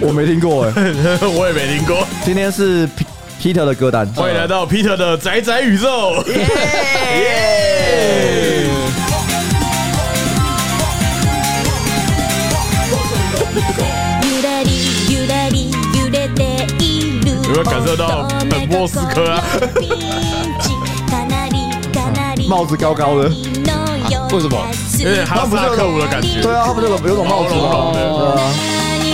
我没听过哎。 我也没听过。今天是 P- Peter 的歌单，欢迎来到 Peter 的宅宅宇宙。耶！ゆらりゆらり揺れている有没有感受到很莫斯科啊かなりかなり帽子高高的。啊为什么有点哈萨克舞的感觉。对啊，他不就有有种帽子毛吗？茸茸的对啊，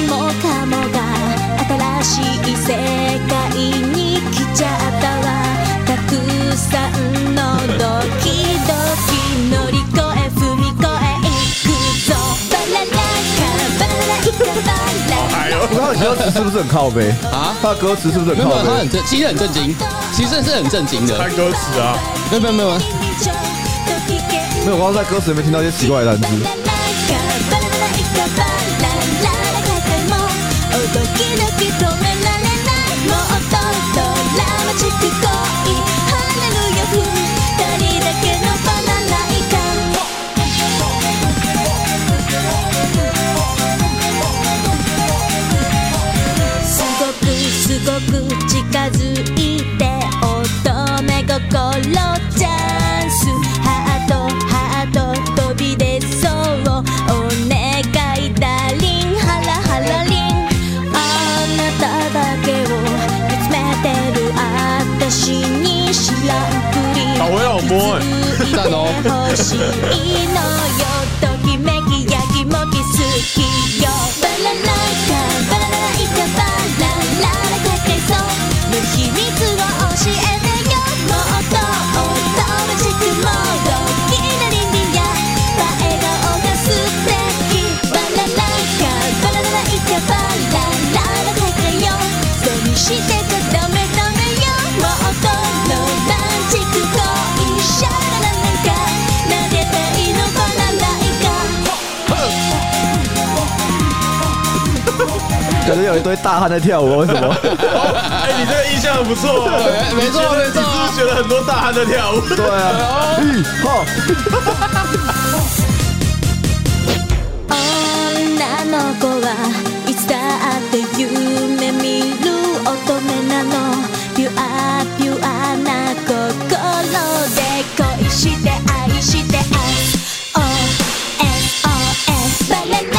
何もかもが新しい世界に来ちゃったわたくさんのドキドキ乗り越え踏み越え行くぞバララカバライカバラ哎呦，不知道他的歌词是不是很靠背啊他的歌词是不是没很有，没有，靠他背？很震，其实很震惊，其实是很震惊的。看歌词啊，没有，没有，没有，君にちょっと聞け没有，我刚刚在歌词里面听到一些奇怪的单词。すごくすごく近づいて乙女心チャンスハートハート飛び出そうお願いダーリンハラハラリンあなただけを見つめてる私に知らんぷり好会老摸哎。赞哦。欲しいのよときめきやきもき好きよバラライカバラライカバラララかけそうの秘密を教えてよもっとおとなしくもどきなりにやった笑顔が素敵バラライカバラライカバラララかけよそにしてちゃダメダメよもっとロマンチック恋シャララなんか撫でたいのバラライカ感觉有一堆大汉在跳舞，为什么？哎，你这个印象不错啊。对没错没错你啊是不是学了很多大汉的跳舞？对啊，一号女の子はいつだって夢見る乙女なのピュアピュアな心で恋して愛して SOS バラライカ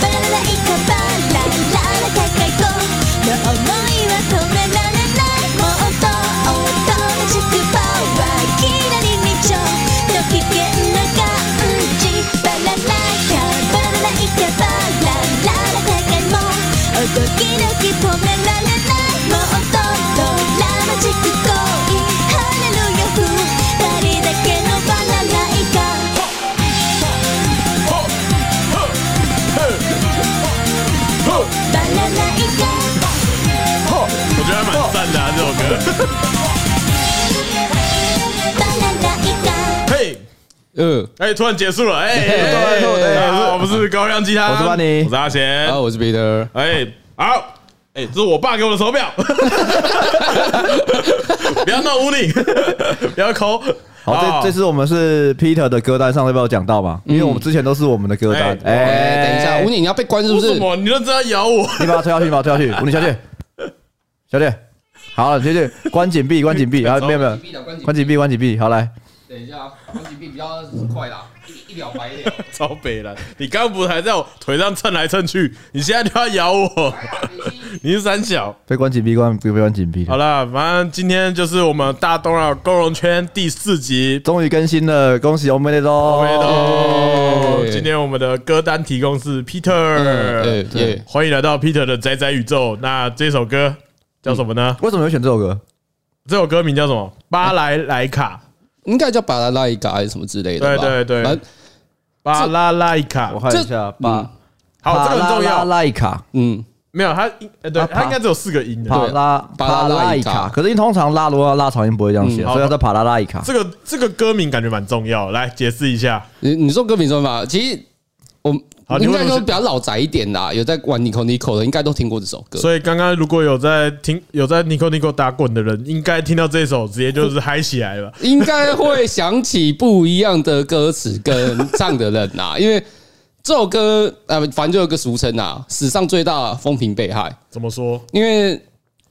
バラライカバラララかかいこうの想いは止められないもっとおとなしくパワーキラリにちょっと危険な感じバラライカバラライカバラララかかいもおドキドキ止められないもっとドラマチック恋ハレルヤ風二人だけのバラライカバラライカ我觉得还蛮赞的啊， 这首歌。バラライカ嘿，嗯，哎，突然结束了，哎，对对对大家好我们是高亮吉他，我是班尼我是阿贤啊，，我是 Peter，哎，好，哎，这是我爸给我的手表， 不要闹污你， 不要抠。好，这这次次我们是 Peter 的歌单，上次不有讲到嘛？因为我们之前都是我们的歌单。哎哎，等一下，吴你，宁你要被关是不为是什？么你就这样咬我？ 你把他推下去，你把他推下去，吴你下去，小姐，好了，小姐，关紧闭，关紧闭，啊，没有没有，关紧闭，关紧闭，好来，等一下，关紧闭比较快啦，一一了百了。超北蓝，你刚不是还在我腿上蹭来蹭去，你现在就要咬我， 你是三小。被关紧闭，关被关紧闭。好了，反正今天就是我们大东啊工荣圈第四集。终于更新了，恭喜我们的哦各位都耶哦今天我们的歌单提供是 Peter，、嗯对耶欢迎来到 Peter 的宅宅宇宙。那这首歌叫什么嗯呢？为什么会选这首歌？这首歌名叫什么？巴莱莱卡，应该叫巴拉拉伊嘎还是什么之类的吧？对对对反正，巴拉莱卡我。哎看一下，巴嗯好，这个很重帕拉要。拉伊卡，嗯，没有，它音呃，对，啊它应该只有四个音的。帕拉帕拉帕拉伊拉伊卡。卡可是你通常拉如果要拉长音不会这样写，嗯好所以要叫帕拉拉伊卡。这个这个歌名感觉蛮重要，来解释一下。你你说歌名说法，其实我好你应为什该么说是比较老宅一点啦，有在玩 Nico Nico 的，应该都听过这首歌。所以刚刚如果有在听有在 Nico Nico 打滚的人，应该听到这首直接就是嗨起来了。 应该会想起不一样的歌词跟唱的人呐、因为啊这首歌呃，反正就有个俗称啊，史上最大风评被害，怎么说？因为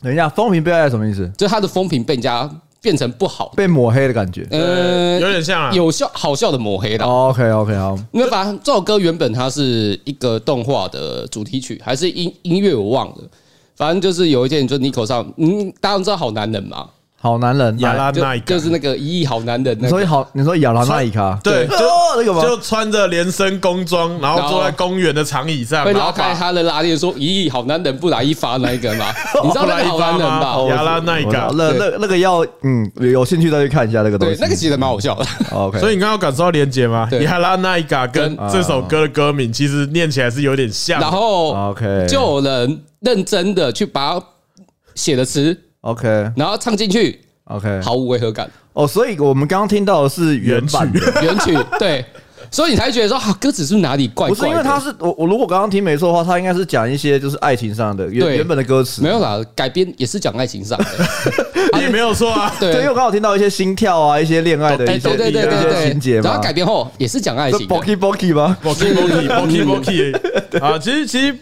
等一下，风评被爱是什么意思？就他的风评被人家变成不好，被抹黑的感觉。呃，有点像啊，哦有效好笑的抹黑啦。 OK OK 好，因为把这首歌原本它是一个动画的主题曲，还是音音乐我忘了，反正就是有一件，就 Nico 上，嗯，大家都知道好男人嘛，好男人亚拉就那一个，就是那个一亿好男人、那你个说好，你说亚拉那一卡，对，就哦那个吗？就穿着连身工装，然后坐在公园的长椅上，会然拉后开把他的拉链说：“咦，好男人不来一发那一个 嘛？你知道那个好男人吧？后来一发吗亚拉那一我知道个。那那那个要嗯，有兴趣再去看一下那个东对西。，那个其实蛮好笑的。 OK，所以你刚刚有感受到连结吗？对亚拉那一嘎跟跟啊这首歌的歌名其实念起来是有点像，然后 OK 就有人认真的去把它写的词， OK 然后唱进去， OK 毫无违和感。哦，所以我们刚刚听到的是原版的，原 曲对，所以你才觉得说，啊，歌词是不是哪里怪不怪的？是因为它是我我如果刚刚听没错的话，它应该是讲一些就是爱情上的原对原本的歌词没。有啦，改编也是讲爱情 上的。也没有错啊。对，因为对我，刚好听到一些心跳啊，一些恋爱的哎，一对些对对一些对情节对，然嘛后。改编后也是讲爱这情的。 Boki Boki 吗？ Boki Boki Boki Boki 啊，其实其实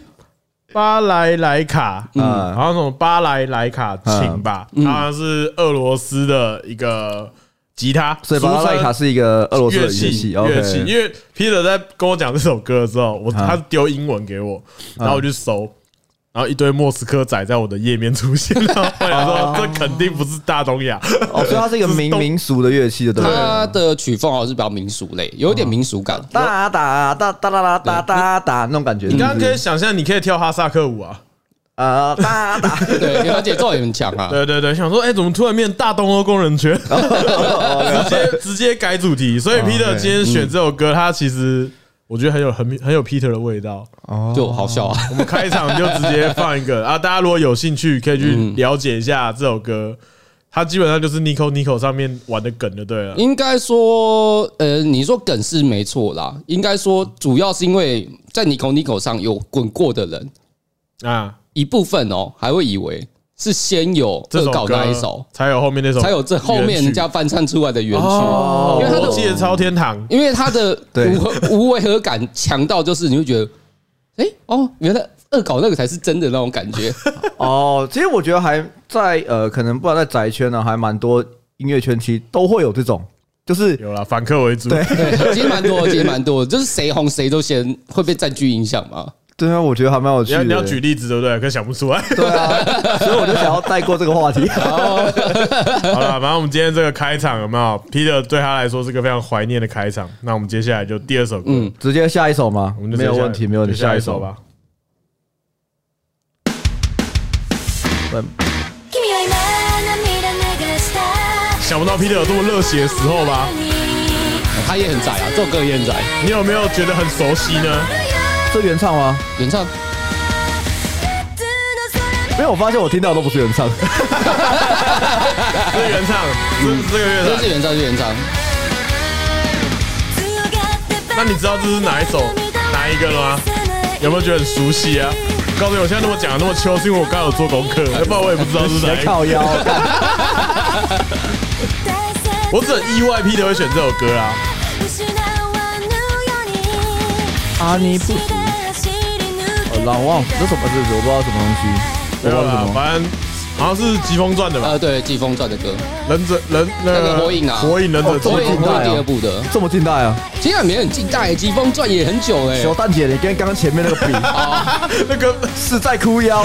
巴莱莱卡，嗯嗯，好像什么巴莱莱卡琴吧，它好像是俄罗斯的一个吉他，所以巴拉俗称赖卡是一个俄罗斯的乐乐器器乐器， ，OK，因为 Peter 在跟我讲这首歌的时候，我啊他丢英文给我，然后我就搜。然后一堆莫斯科仔在我的页面出现，然后我想啊说这肯定不是大东亚，哦，所以它是一个民民俗的乐器的，对不对？哦他的曲风好像是比较民俗类，有一点民俗感。哒哒哒哒哒哒哒哒哒那种感觉，你刚刚是可以想象，你可以跳哈萨克舞啊，啊哒哒，对，因为他节奏也很强啊。对对对，想说，哎、怎么突然变大东欧工人圈？哦 直接直接改主题，所以哦 Peter 今天选这首歌，他其实我觉得很有很很有 Peter 的味道。就好笑啊。我们开场就直接放一个啊，大家如果有兴趣，可以去了解一下这首歌。它基本上就是 Nico Nico 上面玩的梗就对了。应该说，呃，你说梗是没错啦。应该说，主要是因为在 Nico Nico 上有滚过的人，嗯啊，一部分哦还会以为是先有这恶首搞歌那一首，才有后面那首，才有这后面人家翻唱出来的原曲，哦，因为他我的记得超天堂，因为他的对无无违和感强到就是你会觉得，哎哦，原来恶搞那个才是真的那种感觉。哦，其实我觉得还在呃，可能不管在宅圈啊呢，还蛮多音乐圈其实都会有这种，就是有了反客为主。对对，其实蛮多的，其实蛮多的，就是谁红谁都先会被占据影响嘛。对啊，我觉得还蛮有你趣要的。你要举例子对不对？可想不出 来。对啊，所以我就想要带过这个话题。哦好了，反正我们今天这个开场有没有？Peter 对他来说是个非常怀念的开场。那我们接下来就第二首歌，嗯直接下一首吗？我们就没有问题，没有问题，下下一一首首。吧。君は今涙流した想不到 Peter 有这么热血的时候吧？他也很宅啊，这首歌也很宅，你有没有觉得很熟悉呢？这原唱吗？原唱没有，我发现我听到的都不是原唱。这原唱，这这个乐这团是，原唱，是原唱。那你知道这是哪一首哪一个了吗？有没有觉得很熟悉啊？告诉你，我现在那么讲得那么秋，是因为我刚刚有做功 课，要不然我也不知道是啊哪一个。靠腰，我只 E 很意外 Peter 会选这首歌啊。 啊你不老忘这什么日子？我不知道什么东西，我不知没有道是啦什，么。反正好像是《疾风传》的吧，呃，对，《季风传》的歌，忍者人那个火影啊火影忍者哦疾这火么影近风代火啊影第二部的，这么近代啊！其实也没很近代，《季风传》也很久哎小。蛋姐，你跟刚刚前面那个比， 那 个是在哭腰。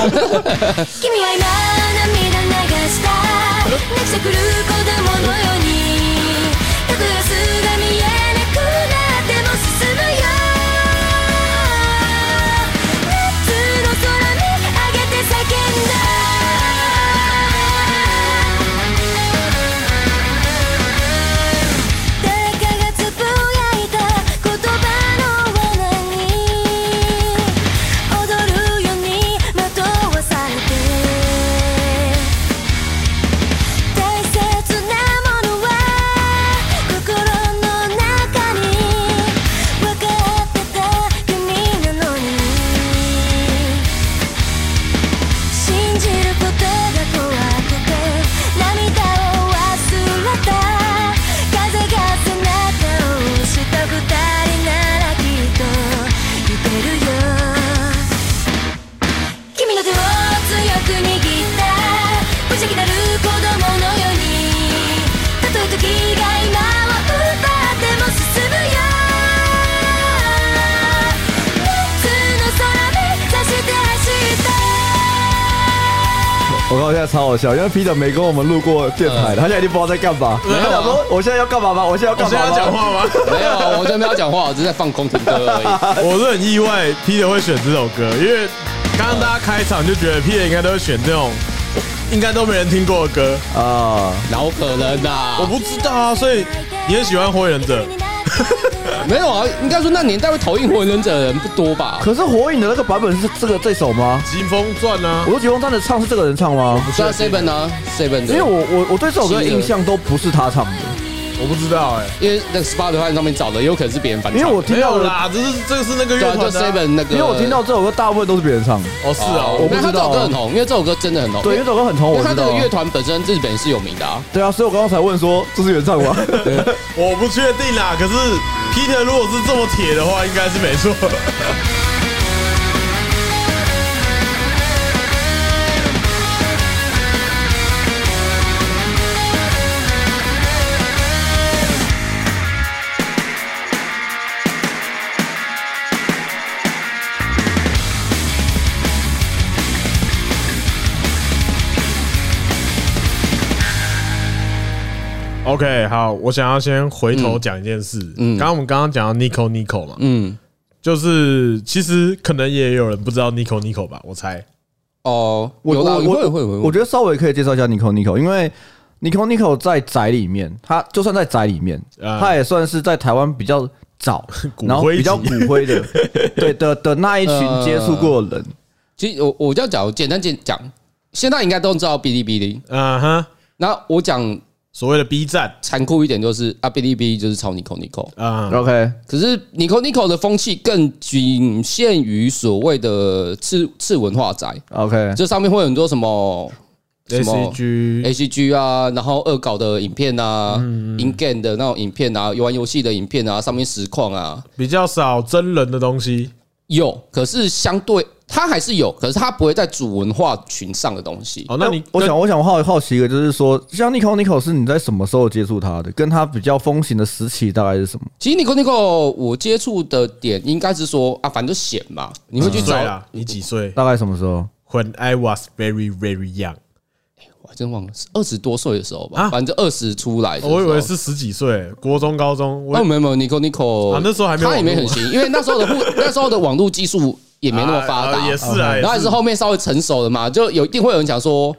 誰かがつぶやいた言葉の罠に踊るように惑わされて大切なもの外なを歌っても進むよ夏の空に差して走って我刚刚现在超好笑，因为 Peter 没跟我们录过电台，他现在已经不知道在干嘛。有啊他想说我现在要干嘛吗？我现在要我干现在嘛要讲吗？话吗？没有，我这没有讲话，我只是在放空听歌而已。 我是很意外 Peter 会选这首歌，因为刚刚大家开场就觉得 Peter 应该都会选这种应该都没人听过的歌，啊，哪有可能我啊？不知道啊，所以你很喜欢火影忍者，没有啊，应该说那年代会投影火影忍者的人不多吧？可是火影的那个版本是这个这首吗？ 《疾风传》啊我，说《绝望战的唱是这个人唱吗？虽然 Seven 啊，Seven 的，因为我我我对这首歌的印象都不是他唱的，我不知道哎，因为那个 Spotify 上面找的，有可能是别人翻唱因的。为我听啊没到有的，啦，这是这个是那个对乐啊，团就的啊 Seven 那个，因为我听到这首歌大部分都是别人唱的。哦是啊，哦我我不知道啊没有他这首歌很红，因为这首歌真的很红。对，因为这首歌很红，因为我他知这道个啊。乐团本身日本是有名的啊。对啊，所以我刚刚才问说这是原唱吗？我不确定啦，可是 Peter 如果是这么铁的话，应该是没错。OK，好，我想要先回头讲一件事。嗯，嗯刚刚我们刚刚讲到 Nico Nico 嘛，嗯，就是其实可能也有人不知道 Nico Nico 吧，我猜。哦， 有啦，我会会我会我会。觉得稍微可以介绍一下 Nico Nico，因为 Nico Nico 在宅里面，他就算在宅里面，啊，他也算是在台湾比较 早骨然后灰比较骨级灰的，对的的那 一群呃接触过的人。其实我我要讲，简单简讲，现在应该都知道哔哩哔哩。嗯哼，那我讲所谓的 B 站残酷一点，就是啊，哔哩哔哩就是抄 Nico Nico。啊， OK，可是 Nico Nico 的风气更仅限于所谓的次次文化宅， OK，这上面会有很多什么什 S 么 E G A C G 啊，然后恶搞的影片啊，in game 的那种影片啊，玩游戏的影片啊，上面实况啊，比较少真人的东西，有，可是相对它还是有，可是它不会在主文化群上的东西。哦，那你我那想我想好好奇一个，就是说，像 Nico Nico 是你在什么时候接触他的？跟他比较风行的时期大概是什么？其实 Nico Nico 我接触的点应该是说啊，反正就闲嘛，你会去几找岁。啦？你几岁大概什么时候？ ？When I was very very young，我还真忘了是二十多岁的时候吧，啊反正二十出来的时候。哦我以为是十几岁，国中高中，我哦，没有没有，Nico Nico，啊那时候还没有他也没网很络行，因为那时 候的互那时候的网络技术也没那么发达，嗯啊也是啊，然后也也是后面稍微成熟了嘛，就有一定会有人讲说，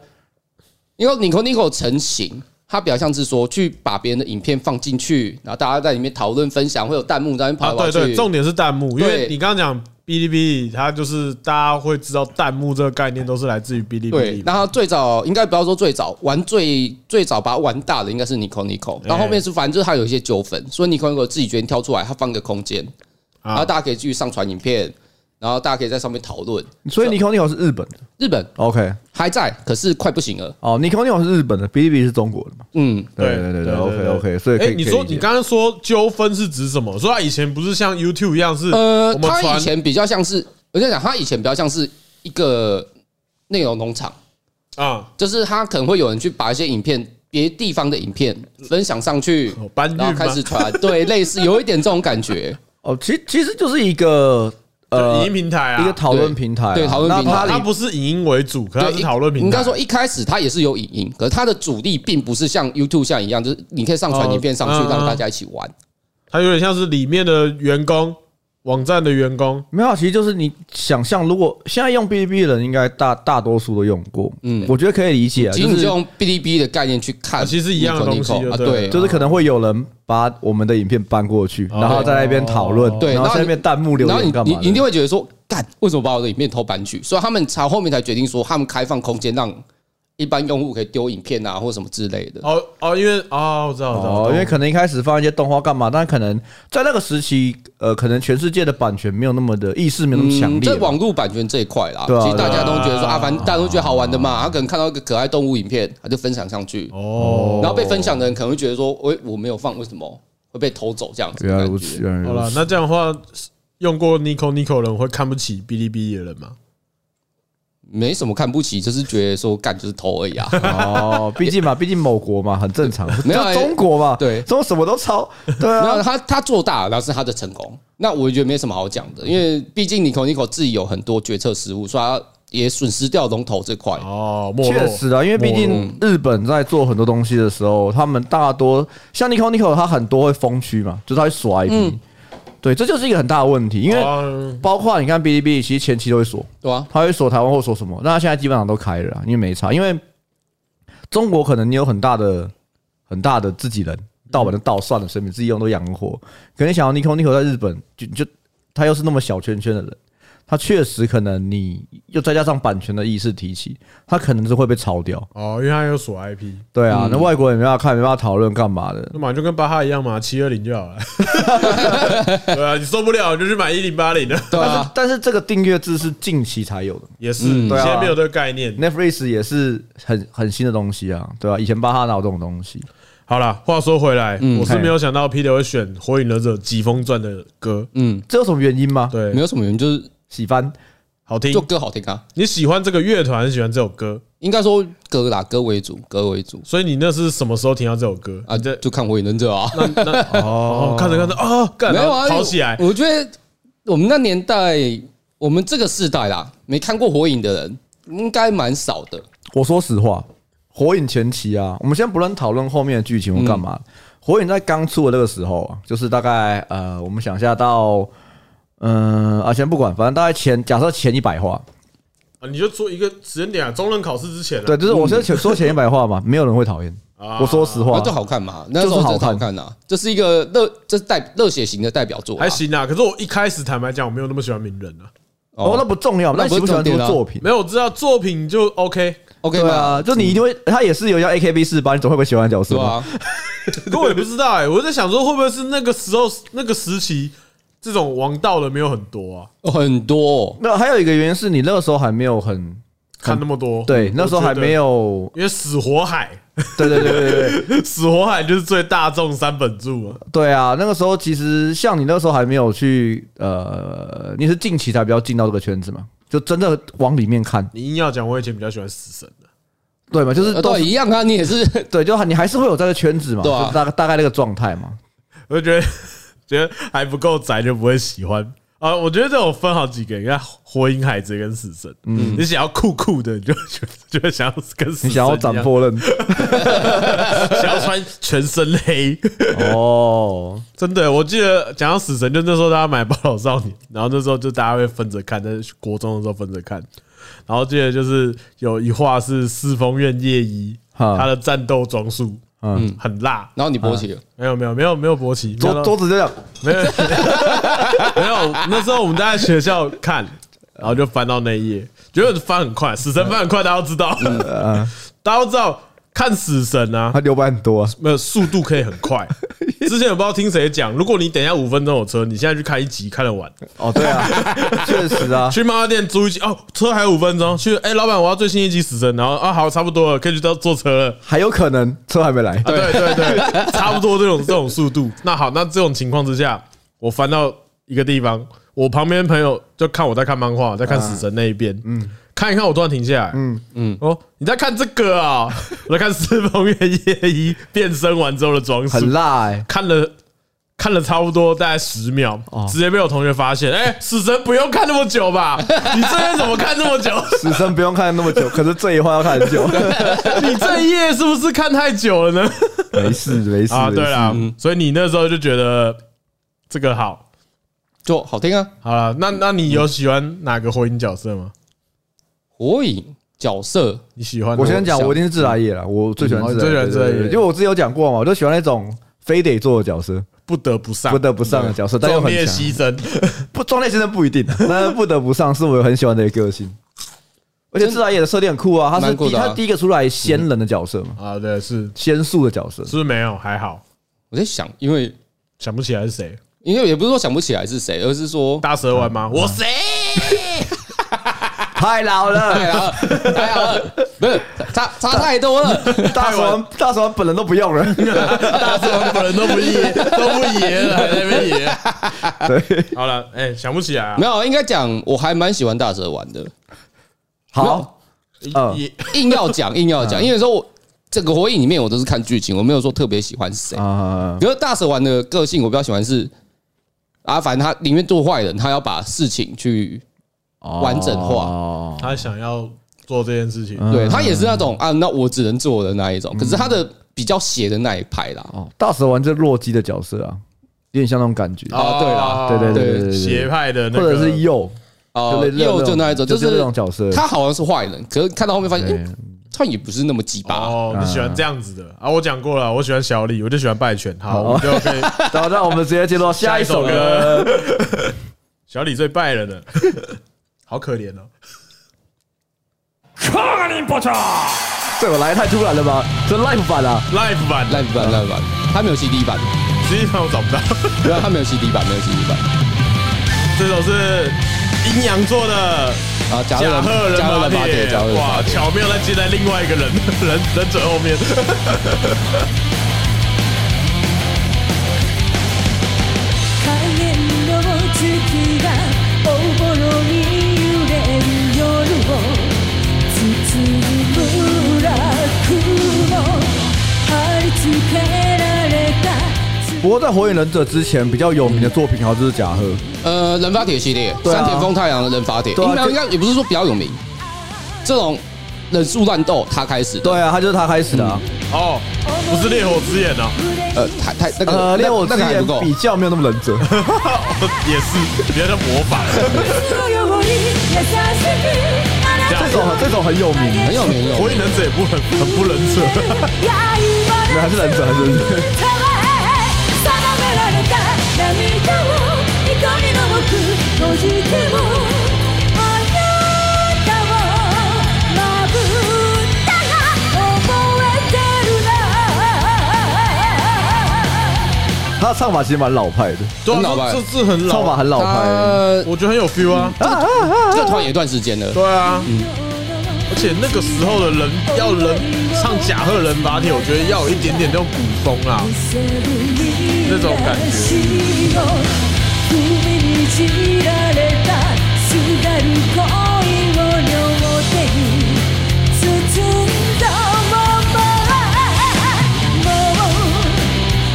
因为 Nico Nico 成型，它比较像是说去把别人的影片放进去，然后大家在里面讨论分享，会有弹幕在那边跑啊，来跑对去。对，重点是弹幕，因为对你刚刚讲哔哩哔哩，它就是大家会知道弹幕这个概念都是来自于哔哩哔对哩，那嘛。他最早应该不要说最早玩最最早把它玩大的应该是 Nico Nico，然后后面是反正就是他有一些纠纷，所以 Nico Nico 自己决定跳出来，他放个空间，然后啊，大家可以继续上传影片，然后大家可以在上面讨论。所以 Nico Nico 是日本的。日本 OK，还在，可是快不行了。哦，Nico Nico 是日本的，哔哩哔哩是中国的嘛？嗯，对对对对，OK OK，所以可哎，以。你可以说理你解刚刚说纠纷是指什么？说啊它以前不是像 YouTube 一样是，呃我，们他传以前比较像是，我在讲，他以前比较像是一个内容农场，啊，就是他可能会有人去把一些影片，别地方的影片分享上去，哦搬运然后开始吗？传，对，类似有一点这种感觉。哦，其其实就是一个就呃影音平台啊，一个讨论平台啊，对讨论那平台它它哦不是影音为主，可它对，是讨论平台。啊应该说一开始他也是有影音，可是他的主力并不是像 YouTube 像一样，就是你可以上传哦影片上嗯去嗯让大家一起玩。它有点像是里面的员工，网站的员工。没有啊，其实就是你想象，如果现在用哔哩哔哩的人，应该大大多数都用过，嗯嗯，我觉得可以理解啊，其就实你是就用哔哩哔哩的概念去啊看，其实一样的东西 Nico 就 Nico，啊，对了对，就是可能会有人把我们的影片搬过去，哦然后在那边讨论，对然后然后在那边弹幕留然后言你干你嘛的？你一定会觉得说，干为什么把我的影片偷搬去？所以他们才后面才决定说，他们开放空间让一般用户可以丢影片啊，或什么之类的。哦哦，因为哦，我知道，我知道，哦，懂因为可能一开始放一些动画干嘛，但可能在那个时期，呃，可能全世界的版权没有那么的意识没有那么强嗯，烈这吧，网络版权这一块啦，对啊其实大家都觉啊得对说啊啊，反正大家都觉得好玩的嘛，他啊可能看到一个可爱动物影片，他就分享上去，哦，然后被分享的人可能会觉得说，我我没有放，为什么会被偷走这样子？原来如此，。原来好如了此，，那这样的话，用过 Nico Nico 的人会看不起哔哩哔哩的人吗？没什么看不起，就是觉得说干就是偷而已啊。哦，毕竟嘛，毕竟某国嘛，很正常。没有就中国嘛，对中国什么都抄，对 没有啊，他，他做大了那是他的成功。那我觉得没什么好讲的，因为毕竟 Nico Nico 自己有很多决策失误，所以他也损失掉龙头这块。哦，没落确实啊，因为毕竟日本在做很多东西的时候，他们大多像 Nico Nico，他很多会封区嘛，就是他会锁 IP，、对，嗯这就是一个很大的问题，因为哦包括你看哔哩哔哩，其实前期都会锁，对啊，他会锁台湾或锁什么，那他现在基本上都开了啦，因为没差，因为中国可能你有很大的很大的自己人，盗版的盗算了，随便自己用都养活。可能想要 Nico Nico 在日本就就他又是那么小圈圈的人，他确实可能你又再加上版权的意识提起，他可能是会被抄掉。哦，因为他有锁 IP，对嗯啊，那外国人没办法看，没办法讨论干嘛的。那嘛就跟巴哈一样嘛，七二零就好 了。对啊，你受不了你就去买一零八零的，但对是啊，但是这个订阅制是近期才有的也是，你对啊现在没有这个概念。 ，Netflix 也是很很新的东西啊，对吧、以前巴哈哪有这种东西？好了，话说回来，嗯我是没有想到 Peter 会选《火影忍者疾风传》的歌，嗯，这有什么原因吗？对没，有什么原因，就是喜欢。好听就。歌好听啊。你喜欢这个乐团，喜欢这首歌，应该说歌啦，歌为主，歌为主所以你那是什么时候听到这首歌啊，你就在就看《火影忍者》啊。哦，看着看着哦， 干没有啊，跑起来我我觉得我们那年代，我们这个世代啦，没看过《火影》的人应该蛮少的。我说实话，火影前期啊，我们先不论讨论后面的剧情或干嘛，火影在刚出的那个时候啊，就是大概呃，我们想一下到嗯、啊，先不管，反正大概前假设前一百话，啊！你就做一个时间点啊，中任考试之前啊对，就是我先前说前一百话嘛， 没有人会讨厌。啊我说实话那，就好看嘛，那时候就是真好的看好看呐、这是一个热，这是代热血型的代表作、啊，还行啊。可是我一开始坦白讲，我没有那么喜欢鸣人啊，哦，那不重要，那那喜不喜欢不这是重点个啊作品？没有，我知道作品就 OK， OK 对吧？啊，就你一定会，他也是有像 AKB 四八，你总会不会喜欢的角色对嘛？ 啊，可我也不知道哎，我在想说会不会是那个时候那个时期这种王道的没有很多啊，很多、哦，没有，还有一个原因是你那个时候还没有很看那么多，对，那时候还没有，有，因为死火海，对对对对对，死火海就是最大众三本柱嘛，对啊，那个时候其实像你那时候还没有去，呃，你是近期才比较进到这个圈子嘛，就真的往里面看，你硬要讲，我以前比较喜欢死神的，对嘛，就是呃都对，一样啊，你也是， 对，就你还是会有在这个圈子嘛，对啊就大概大概那个状态嘛，我就觉得觉得还不够宅就不会喜欢。啊，我觉得这种分好几个，你看《火影海贼》跟《死神》，你想要酷酷的，你就觉得就会想要跟嗯死神你一想样要斩，破刃 想要穿全身黑，哦，真的，我记得讲到死神，就那时候大家买《暴走少年》，然后那时候就大家会分着看，在国中的时候分着看。然后记得就是有一话是四风院夜一，哈他的战斗装束，嗯嗯，很辣。然后你勃起啊了，没有没有没有没有勃起，没 桌有到桌子就这样，没有没有。那时候我们在学校看，然后就翻到那一页，觉得翻很快，死神翻很快，大家都知道， 大家都知道看死神啊他，留白很多啊，没有速度可以很快。之前也不知道听谁讲，如果你等一下五分钟有车，你现在去看一集看得完。哦，对 啊，确实啊，去漫画店租一集哦，车还有五分钟。去哎、老板，我要最新一集《死神》，然后啊，好，差不多了，可以去到坐车了。还有可能车还没来，啊、对对对， 差不多这种这种速度。那好，那这种情况之下，我翻到一个地方，我旁边朋友就看我在看漫画，在看《死神》那一边，嗯，看一看，我突然停下来，嗯嗯，哦，你在看这个啊？ 我在看《四风月夜一》变身完之后的装束很，辣哎、看了看了差不多大概十秒，直接被我同学发现。哎、死神不用看那么久 吧？你这页怎么看那么久？死神不用看那么久，可是这一话要看很久， 你这一页是不是看太久了呢？ 没事没事啊，对了，啦，所以你那时候就觉得这个好。就好听啊。好了，那那你有喜欢哪个火影角色吗？火影角色，你喜欢的？我先讲，我一定是自来也了，我最喜欢嗯自哦来也，最喜欢自来也对对对因为我之前有讲过嘛，我就喜欢那种非得做的角色，不得不上，不得不上的角色，但又啊壮很烈强。牺牲。不，壮烈先生不一定， 但不得不上是我很喜欢的一个个性。而且自来也的设定很酷啊，他是蛮酷第的啊他第一个出来仙人的角色嘛，啊，对，是仙术的角色。是不是没有？还好，我在想，因为想不起来是谁？因为也不是说想不起来是谁，而 是说大蛇丸嗯吗？我谁？太老 太了，好了，太好了，哎不是差差太多 了，大蛇丸大蛇丸本人都不用了。大蛇丸本人都 不爷，都不爷了，还在那边爷。对， 好了，哎、想不起来啊没。有，应该讲我还蛮喜欢大蛇丸的，好，嗯也硬要讲，硬要讲，因为说我整个火影里面我都是看剧情，我没有说特别喜欢谁。啊，比如大蛇丸的个性，我比较喜欢是阿凡，他宁愿做坏人，他要把事情去，完整化化他想要做这件事情，嗯对他也是那种啊，那我只能做的那一种。可是他的比较邪的那一派啦，哦，大蛇丸这洛基的角色啊，有点像那种感觉，啊对啦对对对对对邪对，派的哦那或个，者是右，啊，类似又种就那一种，就哦就是是这种角色，他好像是坏人，可是看到后面发现，对哎，他也不是那么鸡巴。哦，你喜欢这样子的啊？我讲过了，我喜欢小李，我就喜欢拜犬。好，我们就可以，好，那我们直接进入到下一首歌。小李最拜了的， 好可怜哦。这我来太突然了吧？这 live 版啊， Live 版，烂版烂版，他没有 CD 版，实际上我找不到。 对啊，他没有 CD 版，没有 CD 版。这首是阴阳座的啊，加甲贺贺人加贺马人巴铁，铁加贺，人哇，巴铁。巧妙的接在另外一个人 人人嘴后面。影の月がおぼろに揺れるよ夜を包む楽を貼り付けられた不过在《火影忍者》之前比较有名的作品，好像就是甲贺。呃，人法铁系列，对啊山田丰太郎的人法铁，对啊应该这应该也不是说比较有名，这种忍术乱斗他开始的，对啊，他就是他开始的啊。哦，不是烈火之眼哦，呃，太太那个呃，那练我那之个还不够前，比较没有那么忍 者， 也是比较像模仿。のように優しくあなた这首 这首很有名，很有名，很有火名影忍者也不很很不 忍者，那还是忍者还是忍者？他的唱法其实蛮老派的，对很老啊，吧这这很唱法老，很老派。他我觉得很有 feel 啊。呃这个团也一段时间了，对啊，而且那个时候的人要人唱甲贺人法帖，我觉得要有一点点那种古风啊。那种感觉。包んだままもう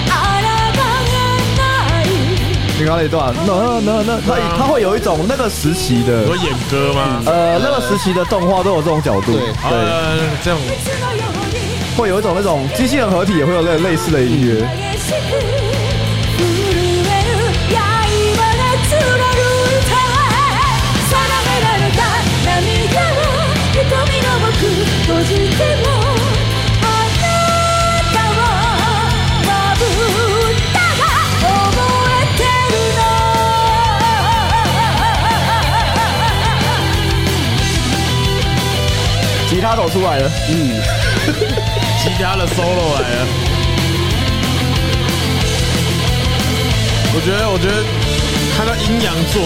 あらばがない你刚刚那一段，no no no，他他会有一种那个时期的你，说演歌吗？呃，那个时期的动画都有这种角度，对对，呃，这样いつのように会有一种那种机器人合体也会有类类似的音乐。激しく震える刃で釣れる歌定められた涙を瞳の僕閉じてもあなたをまぶたが覚えてるの吉他走出来了，吉他的 solo 来了。我觉得，我觉得看到阴阳座，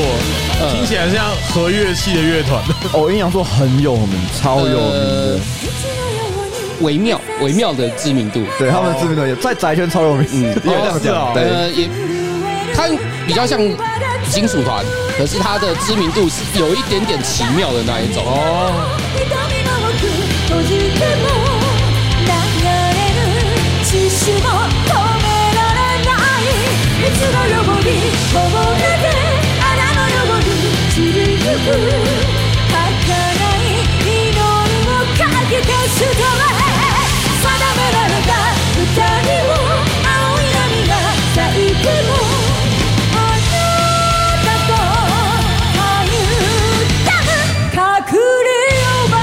听起来像和乐器的乐团。哦，阴阳座很有名，超哦有名的呃，いつのように微妙微妙的知名度，对他们知名度也在宅圈超有名，也有这样是呃讲， 哦对，呃，也他比较像金属团，可是他的知名度是有一点点奇妙的那一种，哦，瞳の奥閉じても流れる血潮も止められない熱のようにこぼれて穴のように散りゆく儚い祈りをかけて捨て定められた二人を青い波が咲いてもあなたと歩いた隠れよば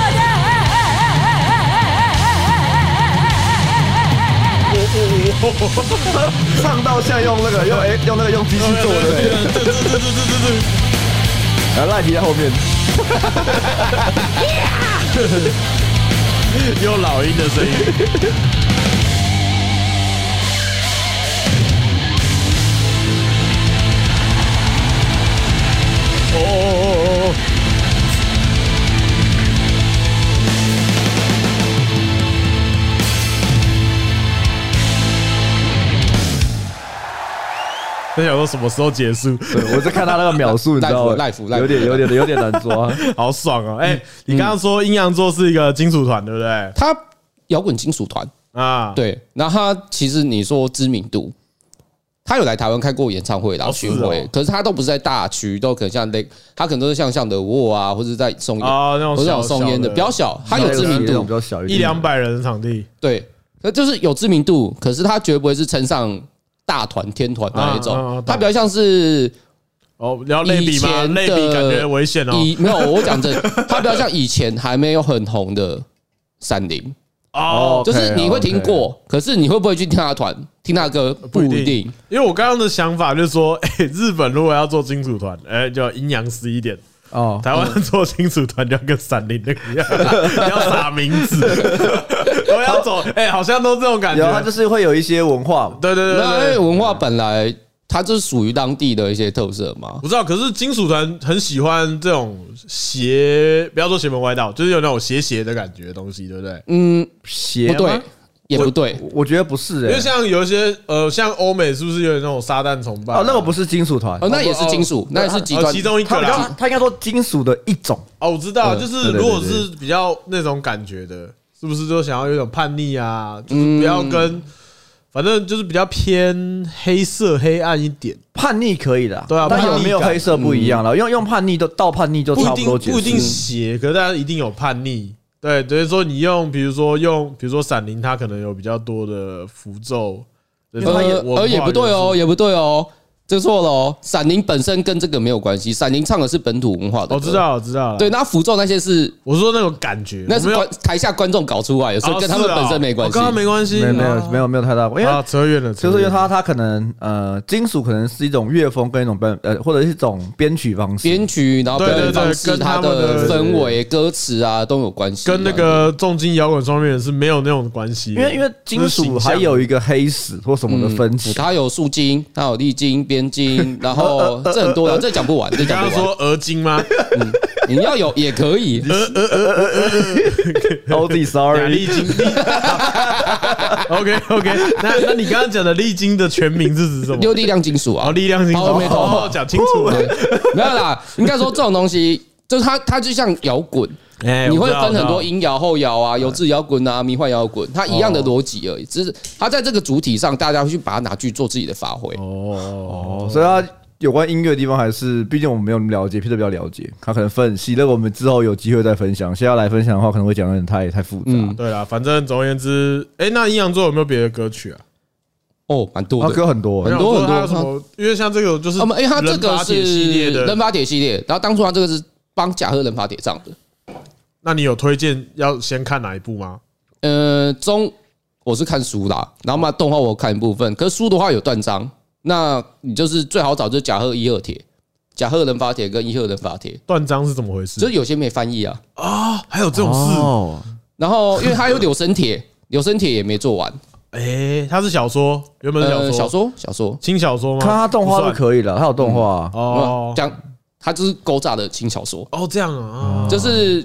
だ唱到像用那个用哎用那个用机器做的，对对对对对对然后赖皮在后面，对对，有老鹰的声音。哦哦哦哦哦！在想说什么时候结束， 对，我在看他那个秒数，你知道吗 Life，life，life 有点有点有点难抓。 好爽哦！嗯哎，你刚刚说阴阳座是一个金属团，对不对？他摇滚金属团，啊，，对，那他其实你说知名度，他有来台湾开过演唱会啦，哦是巡回哦，可是他都不是在大区，都可能像那，他可能都是像像的沃啊，或者在松烟，哦，那种或者那种小松烟的，小比较小，他有知名那种比较度，小一点两百人的场地，对，那就是有知名度，可是他绝不会是称上大团天团那一啊啊啊种懂，他比较像是哦，你要类比以吗？前的类比感觉危险哦。以没有我讲真的，他比较像以前还没有很红的闪灵，哦，就是你会听 OK，OK 过，可是你会不会去听他的团，听他的歌不一定。因为我刚刚的想法就是说， 哎，日本如果要做金属团，哎，就要阴阳师一点；哦。台湾做金属团就要跟闪灵那个一样，你要撒名字，我要走，哎，好像都这种感有，啊他就觉。是会有一些文化嘛，对对对那因哎对为对，文化本来它就是属于当地的一些特色嘛。不知道。可是金属团很喜欢这种邪，不要说邪门歪道，就是有那种邪邪的感觉的东西，对不对？嗯，邪不吗对，，也不对，我我觉得不是因哎为，像有一些呃，像欧美是不是有点那种撒旦崇拜？啊哦，那个不是金属团哦，，那也是金属，那也是极哦端其。中一个他比较啦。他应该说金属的一种，哦，我知道，嗯就是对对如果对对是比较那种感觉的，是不是就想要有一种叛逆啊？嗯就是不要跟，反正就是比较偏黑色、黑暗一点，叛逆可以的啊，对啊但有没有叛逆感黑色不一样了，用用叛逆都到叛逆就不一差定多结束不一定邪，可是大家一定有叛逆。对，等于说你用，比如说用，比如说闪灵，它可能有比较多的符咒，对它呃，文化呃，也不对哦，元也不对哦，这错了哦。闪灵本身跟这个没有关系，闪灵唱的是本土文化素。我的歌。哦知道，我知道了。对，，那符咒那些是我说那种感觉，那我是没有观台下观众搞出来的，所以哦跟他们是啊本身没关哦系跟。他没关系，没有没啊有没有没有太大，因为啊，扯远了，就是因为他它它可能呃，金属可能是一种乐风跟一种编呃，或者是一种编曲方式。编曲，然后表对对对演方式、跟他它们的的氛围、歌词啊都有关系。跟那个重金摇滚双面人是没有那种关系的，因为因为金属还有一个黑史或什么的分 歧，它有素金，它有历经、边 经，然后这很多啊的，这讲不完，这你刚讲刚不完。说鹅精吗？你要有也可以，欧弟对啊 sorry，历经 ，OK OK，那那你刚刚讲的历经的全名是指什么？六力量金属哦，啊，力量金属，哦没错哦讲清楚了。 没有啦，应该说这种东西。就是它，它就像摇滚，哎你会我知道哦分很我多知道音摇、后摇啊、油质摇滚啊、迷幻摇滚，它一样的逻辑而已，只是它在这个主体上，大家会去把它拿去做自己的发挥。哦哦，所以它有关音乐的地方还是，毕竟我们没有那么了解，Peter 比较了解，他可能分析。那个我们之后有机会再分享，现在要来分享的话，可能会讲的有点太太复杂。嗯，对啦，反正总而言之，哎，那阴阳座有没有别的歌曲啊？哦，蛮多他的。歌很多欸很，多我想说它有什么？因为像这个就是那么，因为它这人个法是铁系列的人，法铁系列，然后当初它这个是帮甲贺人法铁唱的。那你有推荐要先看哪一部吗？呃，中我是看书啦，然后嘛动画我看一部分，可是书的话有断章，那你就是最好找就是甲贺一贺铁、甲贺人法铁跟一贺人法铁，断章是怎么回事？就是有些没翻译啊。啊，还有这种事？哦，然后因为它有柳生铁，柳生铁也没做完，哎，它是小说，原本是小说，呃，小说小说轻小说吗？看他动画不就算可以了，他有动画。哦讲它就是勾诈的轻小说，哦，这样啊，嗯就是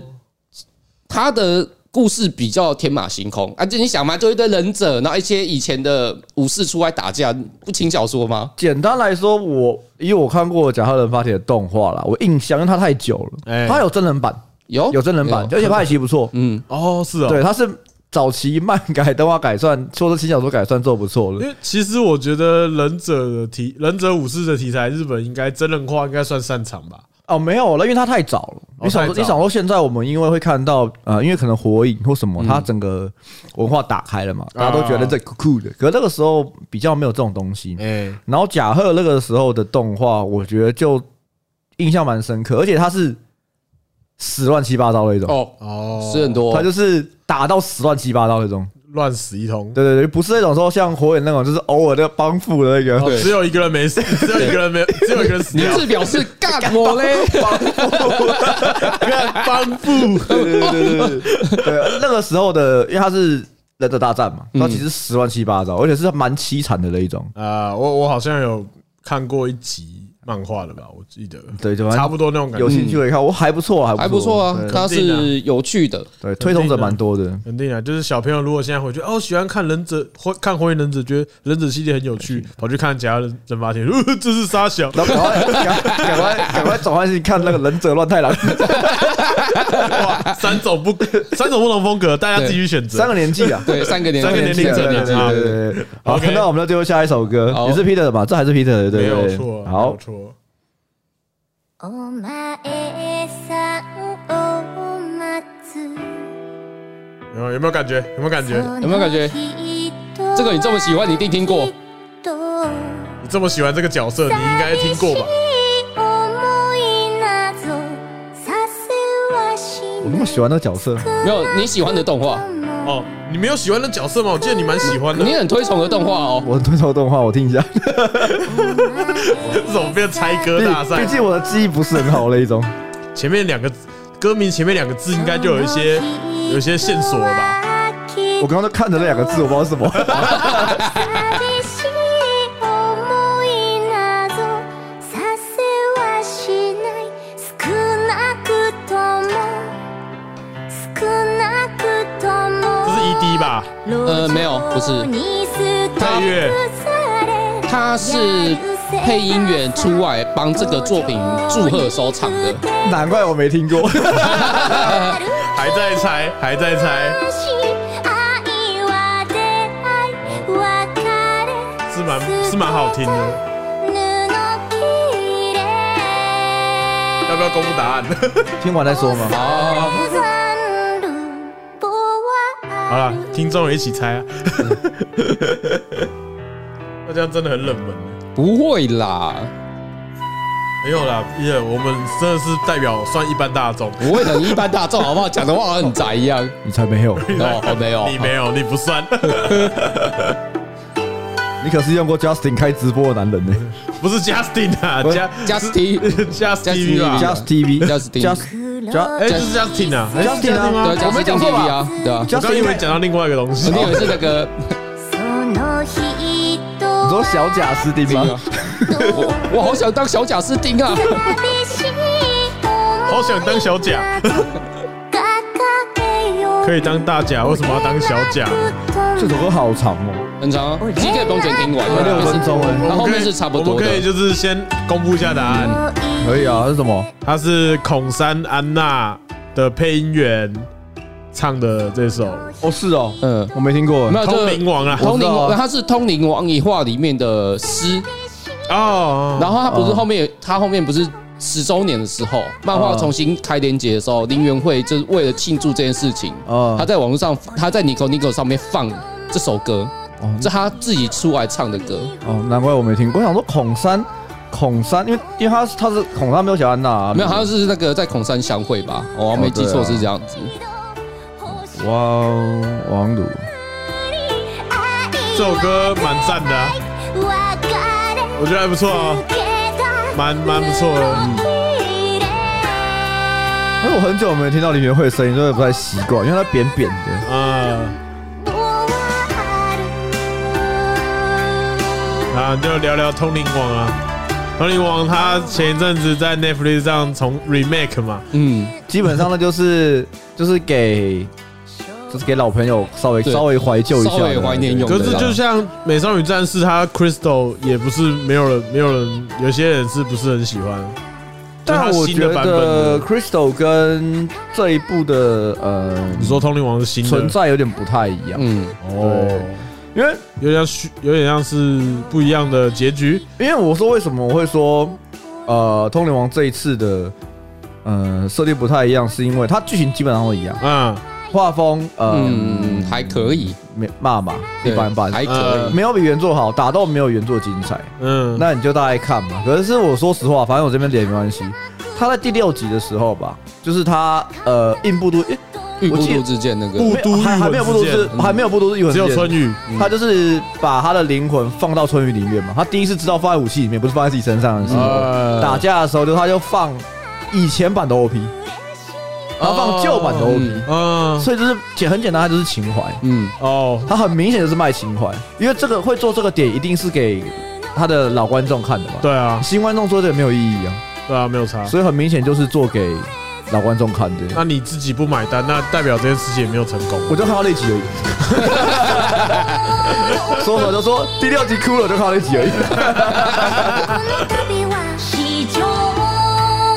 它的。故事比较天马行空，而、啊、且你想嘛，就一堆忍者，然后一些以前的武士出来打架，不轻小说吗？简单来说，我以我看过《甲贺人发帖》的动画啦，我印象，因为它太久哎了，它有真人版，有有真人版，而且拍的其实不错。嗯，哦，是哦，对，它是早期漫改、动画改算，说是轻小说改算做不错的。因为其实我觉得忍者的题，忍者武士的题材，日本应该真人化应该算擅长吧？哦，没有了，因为它太早了。你想哦太说，早你想说，现在我们因为会看到，呃，因为可能火影或什么，它整个文化打开了嘛，嗯大家都觉得这酷酷的。可是那个时候比较没有这种东西。哎，然后甲贺那个时候的动画，我觉得就印象蛮深刻，而且它是死乱七八糟的一种，哦，哦，是很多、它就是打到死乱七八糟那种。乱死一通，对对对，不是那种说像火影那种，就是偶尔的帮扶的那个。哦只有一个人没死，只有一个人没，只有一个人死你掉，是表示干 我嘞？帮布对对对对对， 对，那个时候的，因为它是忍者大战嘛，它其实十万七八糟，而且是蛮凄惨的那一种。啊，我我好像有看过一集，漫画的吧，我记得对，就差不多那种感有觉。兴趣可以看，我还不错啊，还不错啊对，它肯定的是有趣的。对，推崇者蛮多的。肯定啊，就是小朋友如果现在回去哦，喜欢看忍者，或看火影忍者，觉得忍者系列很有 趣，跑去看其他人人发现，呃， 这是沙小，然后赶快赶赶快赶快转换去看那个忍者乱太郎，哇，三种 不三种不同风格，大家自己去选择。三个年纪啊，对，三个年三个对年龄对层对对啊对对对。好， OK 那我们就最后下一首歌，好也是 Peter 的吧？这还是 Peter 的，没对有对对错，。没有好，错。お前さんを待つ有没有有没有感觉？有没有感觉？有没有感觉这个你这么喜欢你一定听过你这么喜欢这个角色，你应该听过吧？我那么喜欢那个角色，没有你喜欢的动画，哦，你没有喜欢的角色吗？我记得你蛮喜欢的你。很推崇的动画哦。我推崇动画，我听一下。这种变猜歌毕大赛毕，竟我的记忆不是很好那一种。前面两个歌名前面两个字应该就有一些 有一些线索了吧？我 刚刚都看着那两个字，我不知道是什么。 这是 ED 吧？呃没有不是配乐他是配音员出来帮这个作品祝贺收场的，难怪我没听过。还在猜，还在猜，是蛮是蛮好听的。要不要公布答案？ 听完再说嘛。好， 好了，听众也一起猜啊。 那这样真的很冷门。不会啦，没有啦，耶，我们真的是代表算一般大众。不会的，你一般大众好不好？讲的话好像很宅一样。你才没有，哦， 我没有，你没有，你不算。 你可是用过 Justin 开直播的男人呢。不是 Justin 啊不是，Justin， ，Justin 啊 Justin 啊 Just TV。 Justin Just Just 哎，就是 Justin 啊哎是 Justin 啊吗对，我没讲错吧 Justin 哦 TV 啊，对啊，我 Justin 刚以为讲到另外一个东西我。以为是那个，你说小贾斯汀吗？ 我我好想当小贾斯汀啊，好想当小哦贾，可以当大贾，为什么要当小贾？这首歌好长哦，很长啊，你可以不用全听完，六啊就是分钟哎。它后啊我们面可以是差不多的我们可以就是先公布一下答案，可以啊，是什么？他是孔山安娜的配音员唱的这首《哦，是哦，嗯，我没听过没。有，通就灵王》啊。通灵我知道啊王，它是《通灵王一话》里面的诗，哦，然后它不是后面有，它后面不是十周年的时候，漫画重新开连结的时候，林元惠就是为了庆祝这件事情，哦他在网络上，他在 Nico Nico 上面放这首歌，哦这他自己出来唱的歌，哦，难怪我没听过。我想说孔山，孔山，因为因为他是他是孔山没有小安娜啊，没有，他是那个在孔山相会吧？我没记错是这样子。哇哦，王鲁，这首歌蛮赞的 à? 啊、我觉得还不错哦，蛮蛮不错的。因为我很久没听到林元惠的声音，所以不太习惯，因为他扁扁的。啊，啊，就聊聊《通灵王》啊，《通灵王》他前一阵子在 Netflix 上重 remake 嘛，嗯，基本上呢，就是就是给就是给老朋友稍微对稍微怀旧一下的，稍微怀念用可的是就像《美少女战士》，它 Crystal 也不是没有人，没有人，有些人是不是很喜欢？但我就它新觉的版得本， Crystal 跟这一部的呃你说《通灵王》是新的存在有点不太一样，嗯，哦，因为有点像虚，有点像是不一样的结局。因为我说为什么我会说呃通灵王这一次的呃设定不太一样，是因为它剧情基本上都一样，嗯，画风呃嗯，还可以，没骂嘛一对般般，还呃可以。没有比原作好，打斗没有原作精彩，嗯，那你就大概看嘛。可是我说实话，反正我这边脸没关系。他在第六集的时候吧，就是他呃硬部都，诶玉我不记得渡之剑那个，不没有还还没有部都之是剑还没有部都是一文只有之间春雨。他就是把他的灵魂放到春雨里面嘛。他第一次知道放在武器里面，不是放在自己身上的时候，呃打架的时候就他就放以前版的 OP，然后放旧版的 OP，嗯，所以就是简很简单，他就是情怀。嗯，哦，他很明显就是卖情怀，因为这个会做这个点，一定是给他的老观众看的嘛。对啊，新观众做这个没有意义啊，对啊，没有差。所以很明显就是做给老观众看的。那你自己不买单，那代表这件事情也没有成功。我就看到那集而已， 说什么就说第六集哭了，我就看到那集 而已。旅は非常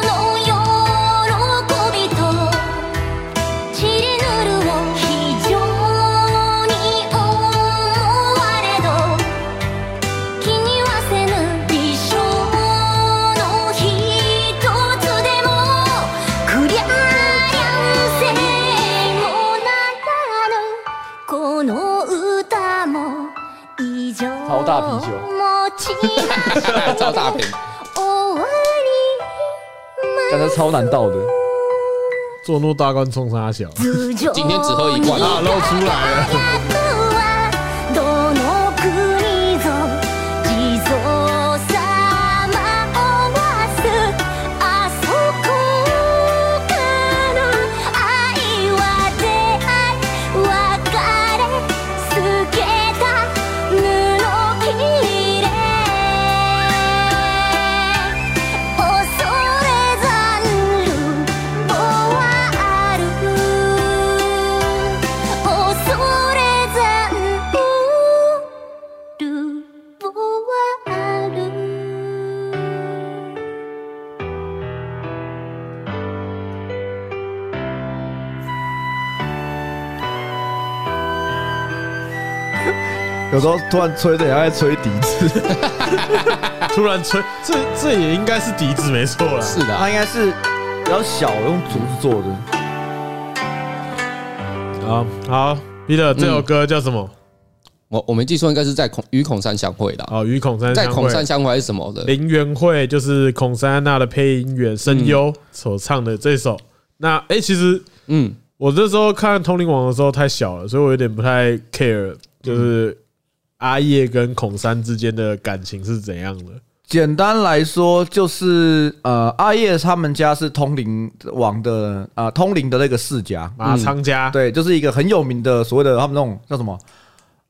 の喜びとちりぬるを非常に思われど気にはせぬ微笑のひとつでもくりゃりゃせもならぬこの歌も以上超大啤 酒持ち赵大平，終わ感觉超难到的，做诺大官冲杀小，り頭上 今天只喝一罐啊，露出来了。はどの国ぞ地蔵様をわすあそこから愛は出会い別れ透けた布切れ恐れざる棒はある恐れざる棒はある有时候突然吹的，然后在吹笛 子， 突然吹，这这也应该是笛子没错啦。是的啊它，应该是比较小，用竹子做的。啊，好，Peter 这首歌叫什么？我我没记错，应该是在孔与孔山相会的，啊哦，与孔山在相孔会。山相会还是什么的？林元惠就是孔珊安娜的配音员声优所唱的这首。那哎、诶其实嗯，我这时候看《通灵王》的时候太小了，所以我有点不太 care，就是嗯阿叶跟孔珊之间的感情是怎样的。简单来说，就是呃，阿叶他们家是通灵王的啊、呃，通灵的那个世家，马昌嗯 家，对，就是一个很有名的所谓的他们那种叫什么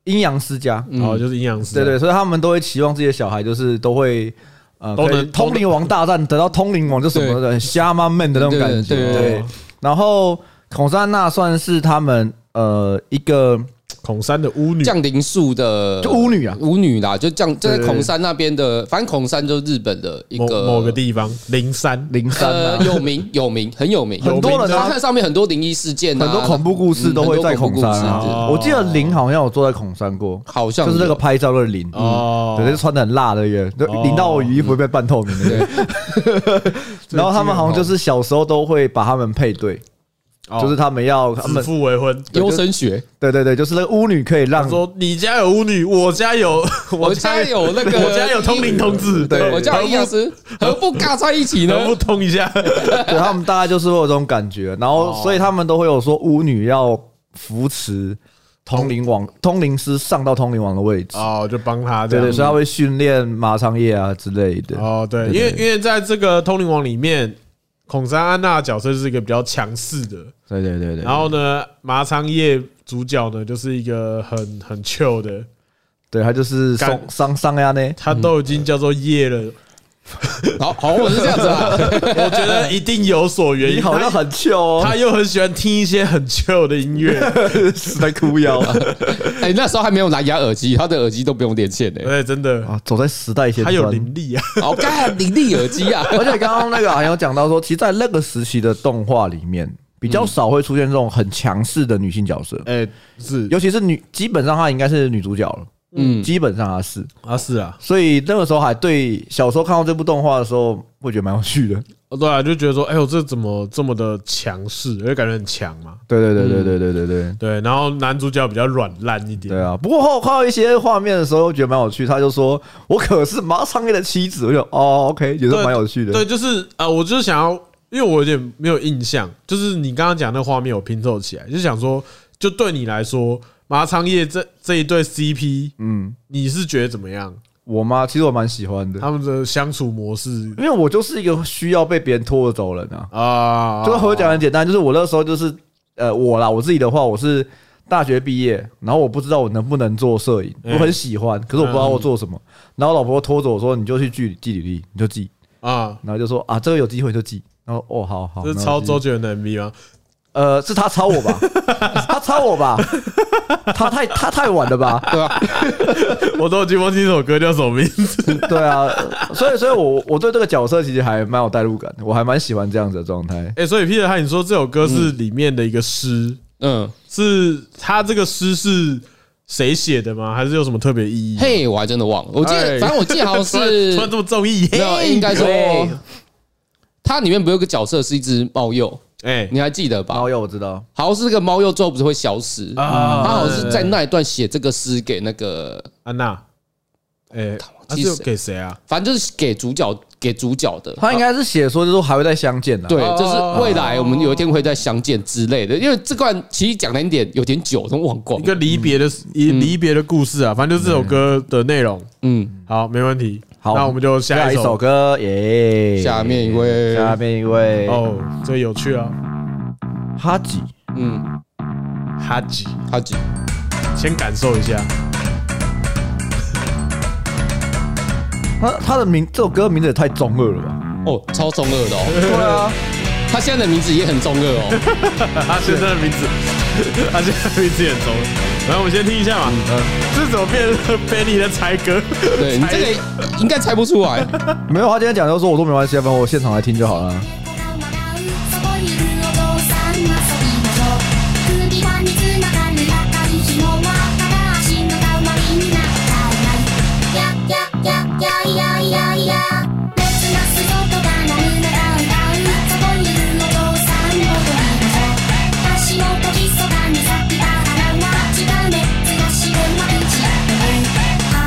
阴阳师家，嗯哦然后哦就是阴阳师，啊啊对对，所以他们都会期望自己的小孩就是都会。呃，都可以能通灵王大战得到通灵王就什么的瞎妈闷的那种感觉，对对对对。然后孔珊娜算是他们呃一个孔珊的巫女，降临术的嗯就巫女啊巫女啦，就降就在对对孔山那边的，反正孔山就是日本的一某个某个地方啊灵山，灵山呃啊，有名有名很有名，很多人然后啊它，上面很多灵异事件啊，很多恐怖故事都会在孔山嗯很多恐怖故事啊。我记得林好像有坐在孔山过，好像就是那个有拍照的林，哦对，就是穿的很辣的一个，就淋到我雨衣不会被半透明的那个。 然后他们好像就是小时候都会把他们配对，哦就是他们要他指们，腹为婚。优生学，对对对，就是那个巫女可以让他说你家有巫女，我家有， 我家有那个，嗯我家有通灵同志，对我家有阴阳师，何不尬在一起呢？能不通一下？对他们大概就是会有这种感觉，然后所以他们都会有说巫女要扶持通灵王、通灵师上到通灵王的位置，哦，就帮他这对对，样所以他会训练马长叶啊之类的。哦，对，对因为对因为在这个《通灵王》里面，孔珊安娜的角色是一个比较强势的，对对对对，然后呢，麻仓叶主角呢就是一个很很 chill 的，对他就是干上上上呀呢，他都已经叫做叶嗯了，好好，我是这样子啊， 我觉得一定有所原你因。好像他很糗哦，他又很喜欢听一些很 chill 的 音乐，死在哭腰啊 哎，那时候还没有蓝牙耳机，他的耳机都不用连线的，对，真的，啊，走在时代前他有端。灵力啊，好干灵力耳机 啊，而且刚刚那个还有讲到说，其实，在那个时期的动画里面，比较少会出现这种很强势的女性角色，哎，是尤其是女，基本上她应该是女主角了，嗯，基本上她是。啊，是啊，所以那个时候还对小时候看到这部动画的时候，会觉得蛮有趣的。哦对啊，就觉得说，哎呦，这怎么这么的强势，因为感觉很强嘛，对对对对对对对对对，然后男主角比较软烂一点对，啊！不过后看到一些画面的时候，又觉得蛮有趣。他就说：“我可是马长叶的妻子。”我就哦，OK，也是蛮有趣的。对，就是呃，我就是想要，因为我有点没有印象，就是你刚刚讲那画面我拼凑起来，就想说，就对你来说，麻仓叶这 这一对 CP，嗯，你是觉得怎么样？我妈其实我蛮喜欢的，他们的相处模式因为我就是一个需要被别人拖着走的人啊。啊，就是我讲得很简单，就是我那时候就是呃，我啦，我自己的话，我是大学毕业，然后我不知道我能不能做摄影，我很喜欢，可是我不知道嗯我做什么。然后我老婆拖着我说：“你就去寄寄履历，你就寄。啊”，然后就说：“啊，这个有机会就寄。”然后哦，好好，这是那我抄寄周杰伦的 MV 吗？ 呃，是他抄我吧？他抄我吧？他太他太晚了吧？对啊吧？我都已经忘记这首歌叫什么名字。 对啊，所以所以我我对这个角色其实还蛮有代入感的，我还蛮喜欢这样子的状态。哎，所以 Peter 汉，你说这首歌是里面的一个诗，嗯，是他这个诗是谁写的吗？还是有什么特别意义？嘿，我还真的忘了，我记哎得，反正我记得 好像突然是突然这么中意，没有，应该说喂它里面不是有个角色是一只猫鼬，哎你还记得吧猫？鼬我知道，好像是这个猫鼬最后不是会消失，它啊好像是在那一段写这个诗给那个，安娜，哎，他其是实有给谁啊？反正就是给主角给主角的。他应该是写说就是说还会再相见的。啊对，哦就是未来我们有一天会再相见之类的，因为这段其实讲难点有点久，都忘光一。个离别的一离别的故事啊，反正就是这首歌的内容。嗯，好，没问题。好那我们就下下一一首首。歌耶，下面一位下面一位哦，这有趣啊！哈吉，嗯，哈吉，好几先感受一下。他他的名这首歌名字也太中二了吧？哦，超中二的 哦，对啊，他现在的名字也很中二哦。 他现在的名字，他现在的名字也中。然后我们先听一下嗯嘛，这怎么变成 Benny 的猜歌？对你这个应该猜不出来。没有，他今天讲就说我说没关系，要不然我现场来听就好了。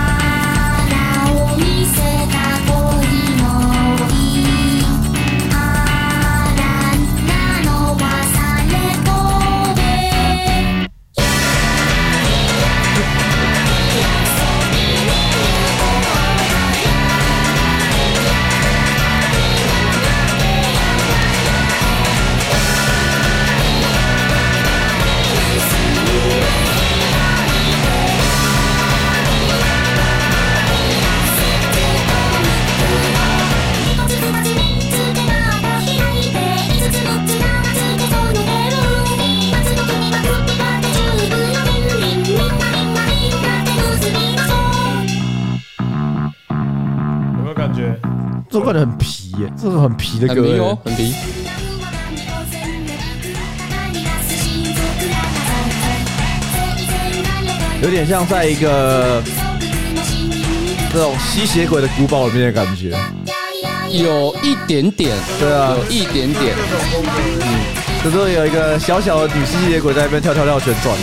花を見せた恋のいい「あらんなのはされこで」「やいやそびにおわらや」「ひとつまじめつけがと開いて」「五つ六つ七つけその手を」「まつときにまくってかって十分の分りん」「みんなみんなみんなで結びましょう」有没有感觉？这首感觉很皮耶，这是很皮的很歌迷耶。哦，很迷。 「有有点像在一个这种吸血鬼的古堡里面的感觉。有一点点，对啊，有一点点。就是有一个小小的女吸血鬼在那边跳跳跳旋转，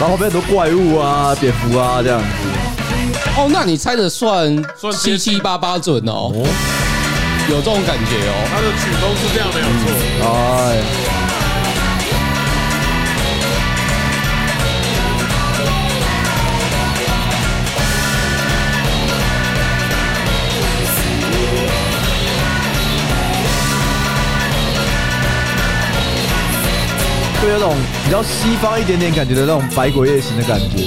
然后旁边很多怪物啊、蝙蝠啊这样子。哦，那你猜的算算接七七八八准哦，有这种感觉哦。他的曲风是这样没有错。哎，就啊有种比较西方一点点感觉的那种百鬼夜行的感觉。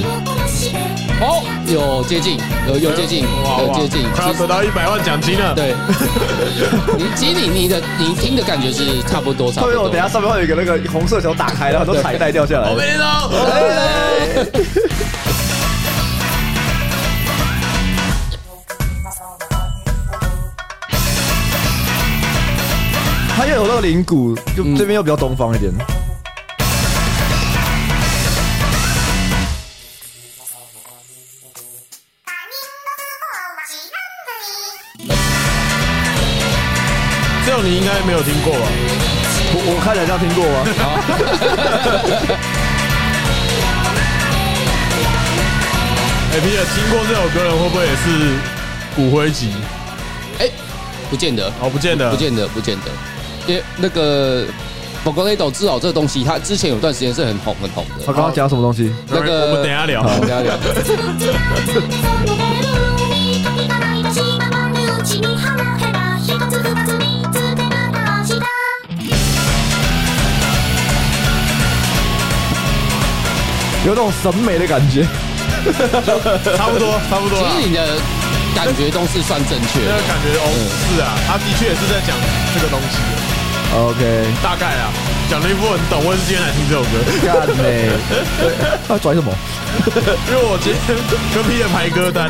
哦，有接近，有有接近，有接近。快要其实得到一百万奖金了。对， 你其实你你的你听的感觉是差不多，差后不面我哦多等一。下上面会有一个那个红色球打开，然后很多彩带掉下来。没到。它又有那个铃鼓，就这边又比较东方一点。这种你应该没有听过吧？我我看起来像听过 吗？哎，Peter，听过这首歌的人会不会也是骨灰级？哎，不见得，哦，不见得，不见得，不见得。因为那个 b o g o l e t o 至少这个东西，它之前有段时间是很红很红我的。刚刚讲什么东西？那个我们等一下啊聊。大家聊， 「有种审美的感觉。差不多，差不多其啦。实你的感觉都是算正确那个的。感觉哦，是嗯啊，他的确也是在讲这个东西，啊 OK，大概啊，讲了一部很懂，我也是今天才听这首歌，干嘞，他拽什么？因为我今天跟 P 的排歌单。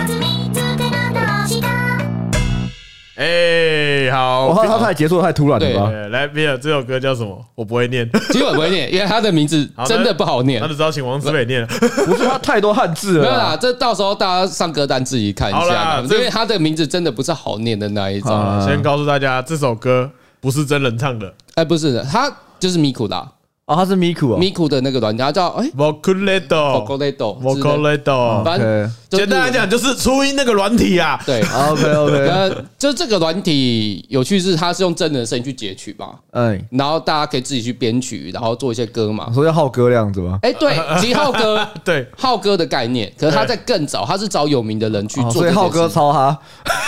哎，好我，他他太结束得太突然对了吧？哎来 P 这首歌叫什么？我不会念，其实我不会念，因为他的名字好的真的不好念那。就知道请王子北念了。不是，他太多汉字没有了啦，啦。这到时候大家上歌单自己看一好下啦啦，这因为他的名字真的不是好念的那一种。啊 先告诉大家，这首歌不是真人唱的。哎，不是的，他就是米库啦，啊，他是哦 Miku 啊。米库的那个软件，他叫哎 Vocoledo。 ，Vocoleto， Vocoledo。反正哦 OK 就是简单来讲，就是初音那个软体啊。对。 OK OK，呃，就这个软体有趣是，它是用真人的声音去截取嘛，哎，然后大家可以自己去编曲，然后做一些歌嘛。说要浩哥那样子吗？哎， 对，吉浩哥，对，浩哥的概念，可是他在更早，他是找有名的人去哦做这所件以事。浩哥抄他。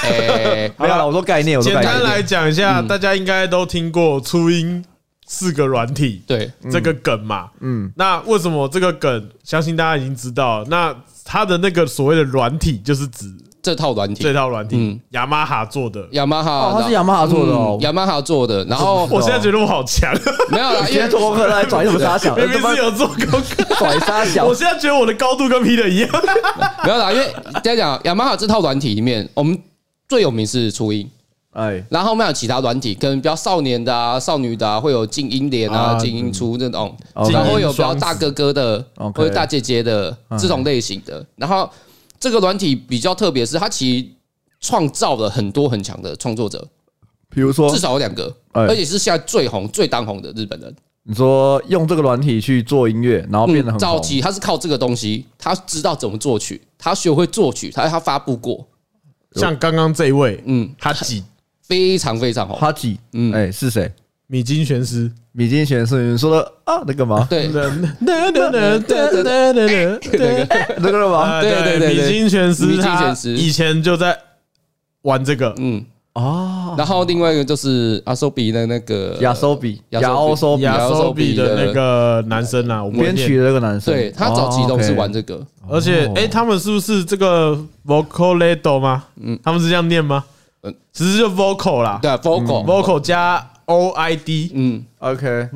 哎，没有啦，我说概念，我说简概单念。来讲一嗯下，大家应该都听过初音四个软体对，这个梗嘛。嗯，那为什么这个梗，相信大家已经知道。那它的那个所谓的软体，就是指这套软体这，套软体嗯，雅马哈做 的。雅马哈，哦，他是雅马哈做的哦嗯。雅马哈做的，然后我现在觉得我好强，没有啦，今因为天做功课来拽什么傻哦小？ 明明是有做功 课。拽傻小我。现在觉得我的高度跟 Peter 一样。没有啦，因为在讲雅马哈这套软体里面，我们最有名是初音，哎，然后后面还有其他软体，跟比较少年的啊、少女的啊，会有静音连啊、啊静音出那种， OK 然后会有比较大哥哥的 OK 嗯或者大姐姐的这种类型的。然后这个软体比较特别，是它其实创造了很多很强的创作者，比如说至，少有两个，哎而且是现在最红、最当红的日本人。你说用这个软体去做音乐，然后哦变得很早红。期他是靠这个东西，他知道怎么作曲，他学会作曲，他他发布过，像刚刚这一位，嗯，他几非常非常红。哈吉，嗯，哎，是谁？米津玄师。米津玄师你说的啊，那个吗？对，那个了吗？啊，对对对对米津玄米师，津他玄师以前就在玩这个嗯，啊，然后另外一个就是阿苏比的那个亚索比，亚亚欧索索比比，亚索比啊的那个男生啊，我不会编念曲，的那个男生，对他早期都是玩这个，而且哦哎，他们是不是这个 vocoledo 吗？嗯，他们是这样念吗嗯？其实就 vocal 啦对啊，vocal，嗯，vocal 加 o i d 嗯， OK，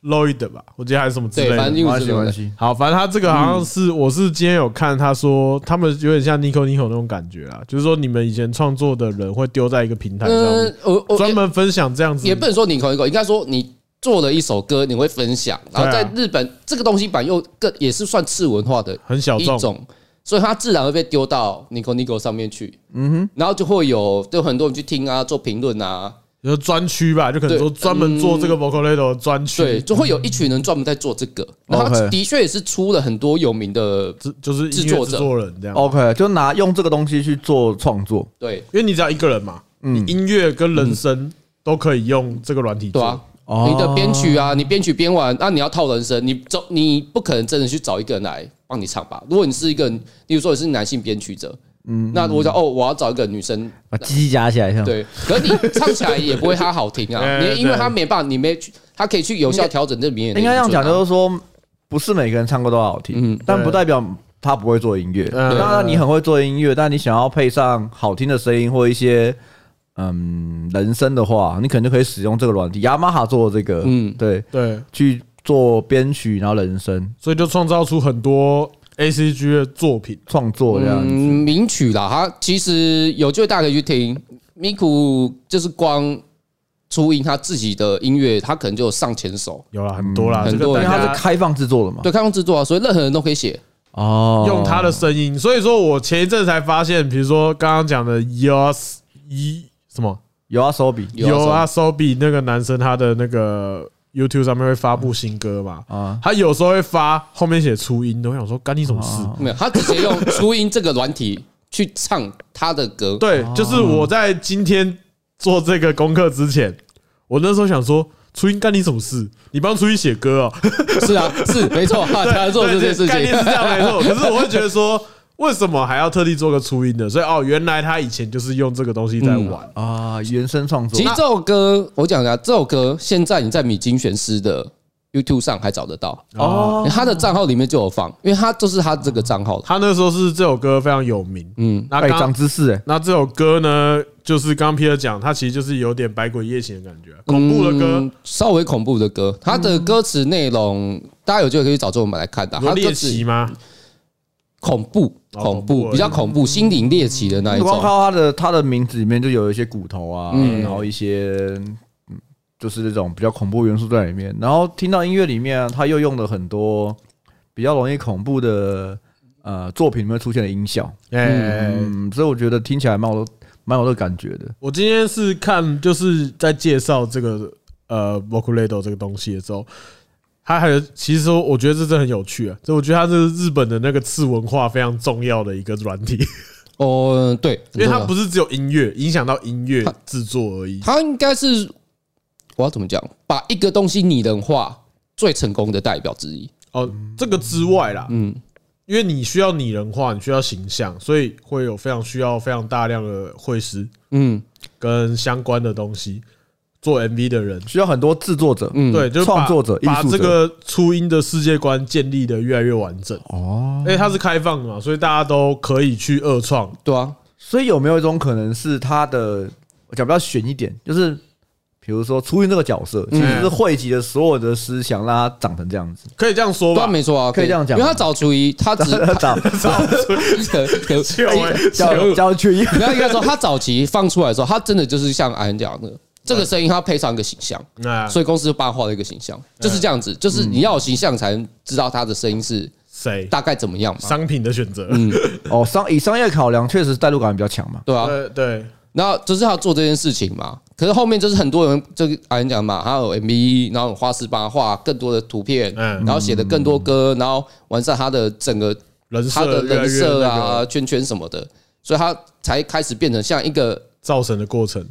vocaloid 吧，我记得还是什么之类对，反正的。英没关文系，没是这关个。系。好，反正他这个好像是，我是今天有看他说，他们有点像 Nico Nico 那种感觉啦，就是说你们以前创作的人会丢在一个平台上面嗯，，我我专门分享这样子，也也不能说你口一口，应该说你做了一首歌，你会分享，然后对在啊日本这个东西版又更也是算次文化的很小一众，种。所以它自然会被丢到 Nico Nico 上面去，嗯哼，然后就会有就很多人去听啊，做评论啊，有专区吧，就可能对嗯说专门做这个 vocoledo 的专对，区，就会有一群人专门在做这个，然后它嗯 OK 的确也是出了很多有名的，制就是音乐制作人这样。 OK，就拿用这个东西去做创作，对因为你只要一个人嘛，你音乐跟人声都可以用这个软体对做。啊，哦你的编曲啊，你编曲编完，那、你要套人声，你走，你不可能真的去找一个人来帮你唱吧？如果你是一个，例如说你是男性编曲者，嗯，那我讲哦，我要找一个女生，把鸡鸡夹起来，像对，可是你唱起来也不会她好听 啊，哎你因为对她没办法，你没去，她可以去有效调整这名演的应该这样音准啊讲，就是说不是每个人唱歌都好听嗯，但不代表他不会做音乐。嗯当然你很会做音乐，但你想要配上好听的声音或一些嗯人声的话，你可能就可以使用这个软体，雅马哈做的这个，嗯嗯，对，对，去做编曲，然后人声所以就创造出很多 A C G 的作品。创作这样子。嗯，名曲啦，它其实有机会大家可以去听。咪咕就是光初音他自己的音乐，他可能就有上千首，有啦，很多啦，很这多个因为大它是家开放制作哦的嘛，对，开放制作啊，所以任何人都可以写。哦，用他的声音。所以说我前一阵才发现，比如说刚刚讲的 Yos 一什么有啊手比 Yoasobi Yo a s o b 那个男生，他的那个 YouTube 上面会发布新歌嘛，啊，他有时候会发后面写初音的，我想说干你什么事？啊哦没有，他直接用初音这个软体去唱他的歌。对，就是我在今天做这个功课之前，我那时候想说。初音干你什么事？你帮初音写歌哦，是 啊，是没错，哈他做这件事 对概情念是这 样没错。可是我会觉得说，为什么还要特地做个初音的？所以哦，原来他以前就是用这个东西在嗯玩。啊，原声创作其实这首歌，我讲一下，这首歌现在你在米津玄师的 YouTube 上还找得到，哦，他的账号里面就有放，因为他就是他这个账号。他那时候是这首歌非常有名，嗯嗯，那哎，长刚知识哎，那这首歌呢，就是刚刚 Peter 讲，它其实就是有点百鬼夜行的感觉，恐怖的歌嗯，稍微恐怖的歌，他的歌词内容大家有机会可以去找中文版来看的。有他歌猎词奇吗？恐怖，哦恐恐怖怖，而已比较恐怖，心灵猎奇的那一你光看种。到他的他的名字里面就有一些骨头啊，哎嗯然后一些嗯就是这种比较恐怖元素在里面。然后听到音乐里面啊，他又用了很多比较容易恐怖的呃作品里面出现的音效，哎，嗯，所以我觉得听起来蛮有蛮有这个感觉的。我今天是看就是在介绍这个呃 vocalado 这个东西的时候，他还有其实说我觉得这真的很有趣啊，所以我觉得它是日本的那个次文化非常重要的一个软 体，哦，对，因为它对不是只有音乐影响到音乐它制作而已。他应该是我要怎么讲，把一个东西拟人化最成功的代表之一。哦，这个之外啦，嗯，因为你需要拟人化，你需要形象，所以会有非常需要非常大量的绘师嗯，跟相关的东西做 MV 的人。需要很多制作者，嗯对，就是把创作者把艺术者这个初音的世界观建立的越来越完整哦，因为它是开放的嘛，所以大家都可以去二创。对啊，所以有没有一种可能是他的，我讲比较悬一点，就是比如说初音这个角色，其实是汇集了所有的思想，让他长成这样子，可以这样说对啊，吧，没错啊，可以这样讲因为他找厨艺，他只 长可 可就哎欸叫就叫初音，不要应该说他早期放出来的时候，他真的就是像安讲的。这个声音，他配上一个形象，那所以公司就帮他画了一个形象，嗯就是这样子，就是你要有形象才能知道他的声音是谁大概嗯怎么样嘛。商品的选择？ 哦，商以商业考量，确实代入感比较强嘛。对啊，对对，那就是他做这件事情嘛。可是后面就是很多人，就是俺讲嘛，他有 MV，然后有花式帮他画更多的图片，嗯然后写的更多歌，然后完善他的整个人他设的越来人越设那啊、个圈圈什么的，所以他才开始变成像一个造成的过程，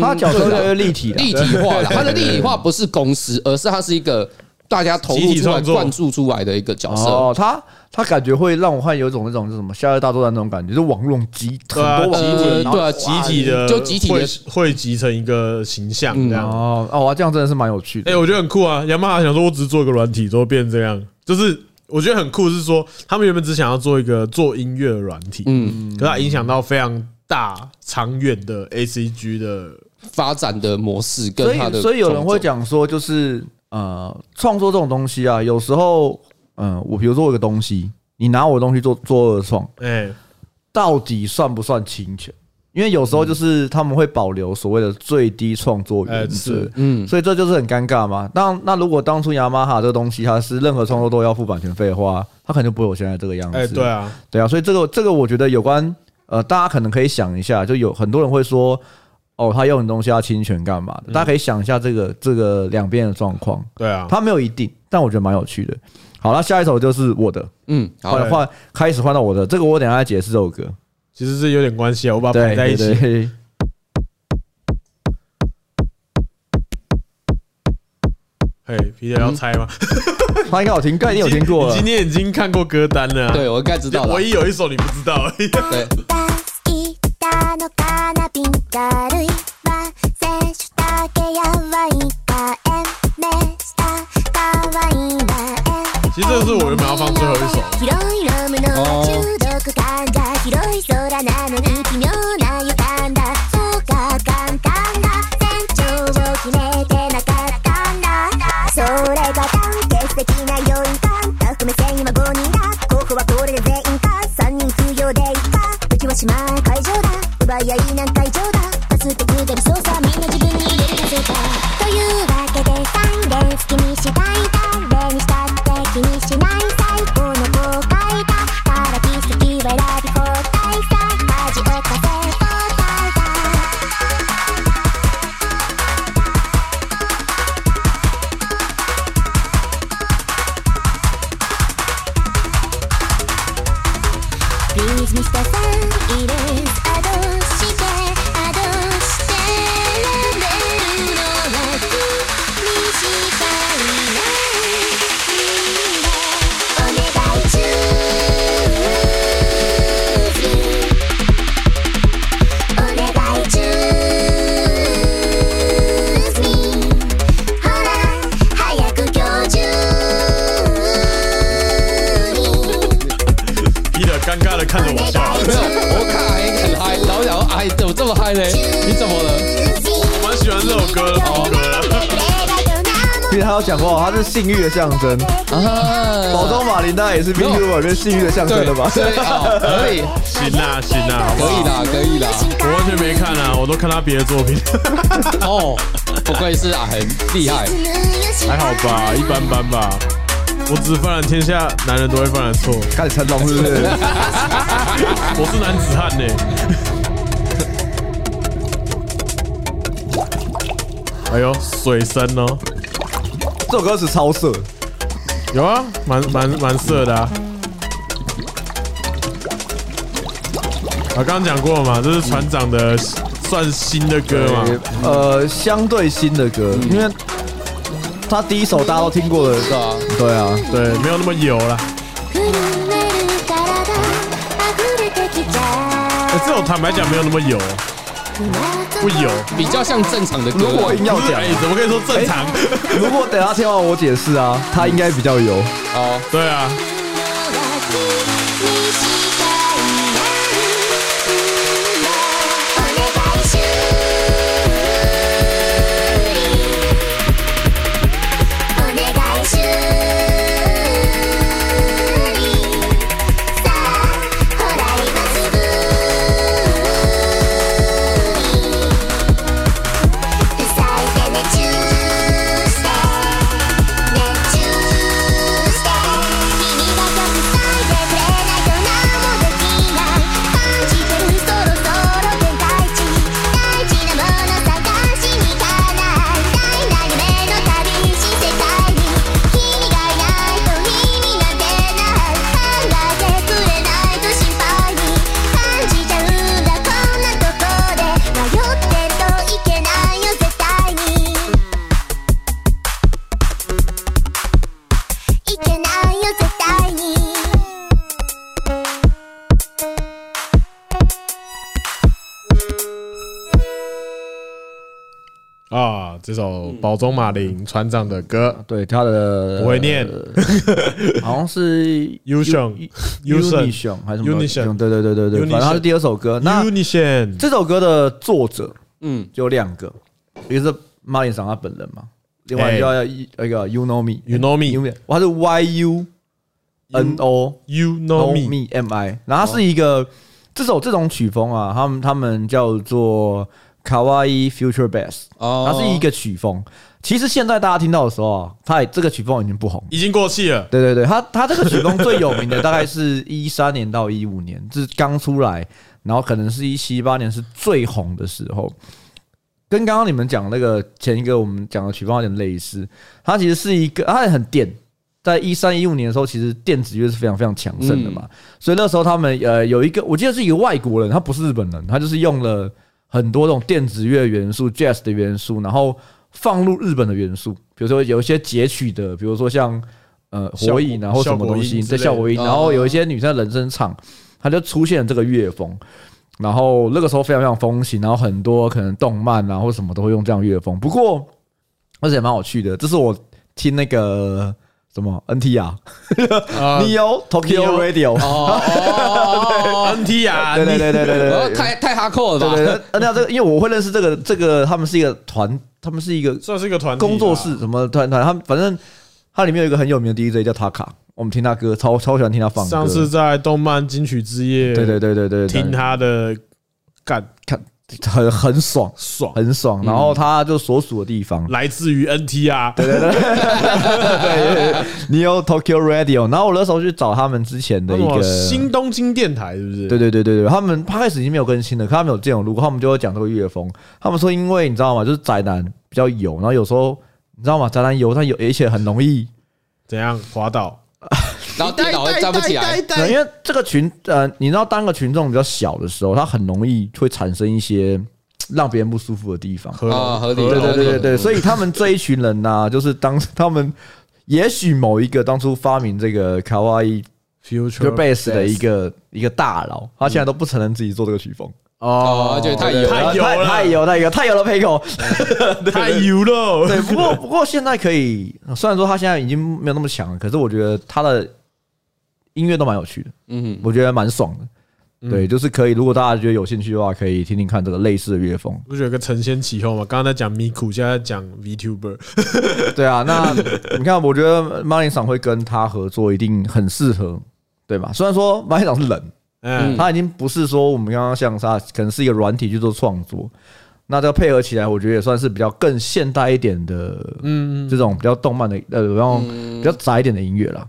他角色越来越立体了，立体化了。他的立体化不是公司，而是他是一个大家投入集体出来、创作灌注出来的一个角色。哦，他他感觉会让我看有一种那种是什么《夏日大作战》那种感觉，就是网络集很对啊多网呃络人，然后对啊，集体的就集体的嗯汇汇集成一个形象这样。哦哦，哇，这样真的是蛮有趣哎、的。我觉得很酷啊！雅马哈想说，我只是做一个软体，之后变成这样，就是我觉得很酷，是说他们原本只想要做一个做音乐的软体，嗯嗯，可是它影响到非常大长远的 A C G 的，发展的模式所跟他的，以所以有人会，讲呃说，就是呃，创作这种东西啊，有时候嗯、呃我比如说我有个东西，你拿我的东西做做二创，哎、到底算不算侵权？因为有时候就是他们会保留所谓的最低创作原呃则是，嗯，所以这就是很尴尬嘛。那那如果当初雅马哈这个东西，它是任何创作都要付版权费的话，它可能就不会有现在这个样子。哎、对啊，对啊，所以这个这个我觉得有关呃，大家可能可以想一下，就有很多人会说，哦，他用的东西要侵权干嘛的？大家可以想一下这个这个两边的状况，对啊，他没有一定，但我觉得蛮有趣的。好，那下一首就是我的，嗯，好换，换开始换到我的，这个我等一下再解释这首歌，其实是有点关系啊，我把它对摆在一对起，对。哎，Peter 要猜吗？他应该有听，嗯概念有听过你了今。天已经看过歌单了、啊，对我应该知道了唯，一有一首你不知道而已，对，いたのかなピンタルイは選手だけやばいかえめしたかわいいなえ其实这是我原本要放最后一首。広いロムの中毒患者広い空なのに奇妙な予感だそうか簡単だ船長を決めてなかったんだそれが断決的な要因かタフ目線今5人だここはこれで全員か3人不要でいったうちは島会場だ奪い合いなんか異常だパスってくれる操作みんな自分に入れるかそうかというわけで3連好きにしたい誰にしたって気にしない最高の後悔だから奇跡は選び放題さ恥をかせ放題だビーズにしたファンイレスアドしてアドして選んでるのは君にしかいないんだ嗨，哎怎么这么嗨呢？你怎么了？我蛮喜欢这首歌的，好歌啊。其实他有讲过，他是性欲的象征，啊，宝刀马林大概也是 B 没有 Q 里面性欲的象征对的吧？所以啊，可以，行啦行啦，好不可好以啦，可以啦。我完全没看啊，我都看他别的作品，哦，不愧是啊，很厉害。还好吧，一般般吧。我只犯了天下男人都会犯的错， 开始成龙是不是？我是男子汉呢、 哎呦，水深哦，这首歌词超色，有啊，蛮蛮蛮色的啊。我啊刚刚讲过嘛，这是船长的算新的歌嘛，呃，相对新的歌，因为他第一首大家都听过的，是啊，对啊，对，没有那么油啦。可是我哎坦白讲，没有那么油，不油。比较像正常的歌。如果硬要不是讲哎哎、，怎么可以说正常？ 如果等他听完我解释啊，他应该比较油。哦， 对啊，いけないよ絶対に啊，这首嗯宝中马林船长的歌，对他的我会念呃好像是 Usion Usion Unison 还是什么 Unison 对对对对对， Unison 反正他是第二首歌。那 Unition，这首歌的作者嗯，就两个，一个是马林桑他本人嘛，另外哎就要一那个 You Know Me，You You Know Me 他是 Y U N O You Know Know Me， Me M I，然后它是一个这首这种曲风啊，他们他们叫做 Kawaii Future Bass，哦，它是一个曲风。其实现在大家听到的时候啊，它也这个曲风已经不红了。已经过气了。对对对，他他这个曲风最有名的大概是一三年到一五年，这是刚出来，然后可能是一七八年是最红的时候。跟刚刚你们讲那个前一个我们讲的曲风有点类似，它其实是一个，它也很电。在一三一五年的时候，其实电子乐是非常非常强盛的嗯嘛，所以那时候他们呃有一个，我记得是一个外国人，他不是日本人，他就是用了很多这种电子乐元素、jazz 的元素，然后放入日本的元素，比如说有一些截取的，比如说像呃效火果影啊或什么东效果西音对之类的啊效果音，然后有一些女生的人声唱，它就出现了这个乐风。然后那个时候非常非常风行，然后很多可能动漫啊或什么都会用这样乐风。不过，而且蛮有趣的，这是我听那个什么 NT 啊啊，Neo Tokyo Radio，哦哦 NT 啊，对对对对对 对哦，对太太哈扣了对吧？对对，那这个因为我会认识这个这个，他们是一个团，他们是一个算是一个团体吧啊工作室，什么团团，他们反正它里面有一个很有名的 DJ 叫 Taka，我们听他歌，超超喜欢听他放歌。上次在动漫金曲之夜，对对对对对，听他的干很很爽，爽，很爽。然后他就所属的地方，来自于 NT 啊，你有 Tokyo Radio，然后我那时候去找他们之前的那一么个新东京电台是不是？对对对对对，他们他开始已经没有更新了，可他们有这种路过，他们就会讲这个乐风。他们说，因为你知道吗，就是宅男比较油，然后有时候你知道吗，宅男油，但有而且很容易，怎样滑倒？然后电脑会站不起来，因为这个群呃，你知道当个群众比较小的时候，他很容易会产生一些嘖让别人不舒服的地方。合啊合理合对合对理对对对，所以他们这一群人呐、就是当 他们也许某一个当初发明这个卡哇伊 Future Pure Bass 的一个一个大佬，他现在都不承认自己做这个曲风。哦觉得太油太太油了，太油，太油，太油了，佩狗。太油了。 对，不过不过现在可以，虽然说他现在已经没有那么强了，可是我觉得他的音乐都蛮有趣的，嗯，我觉得蛮爽的。对，就是可以，如果大家觉得有兴趣的话，可以听听看这个类似的乐风。不是有个承先启后嘛？刚刚在讲 Miku，现在在讲 VTuber，对啊，那你看，我觉得 Money 厂会跟他合作，一定很适合，对吧？虽然说 Money 厂是人，嗯嗯他已经不是说我们刚刚像他，可能是一个软体去做创作。那这个配合起来，我觉得也算是比较更现代一点的，嗯，这种比较动漫的，呃，比较比较宅一点的音乐啦。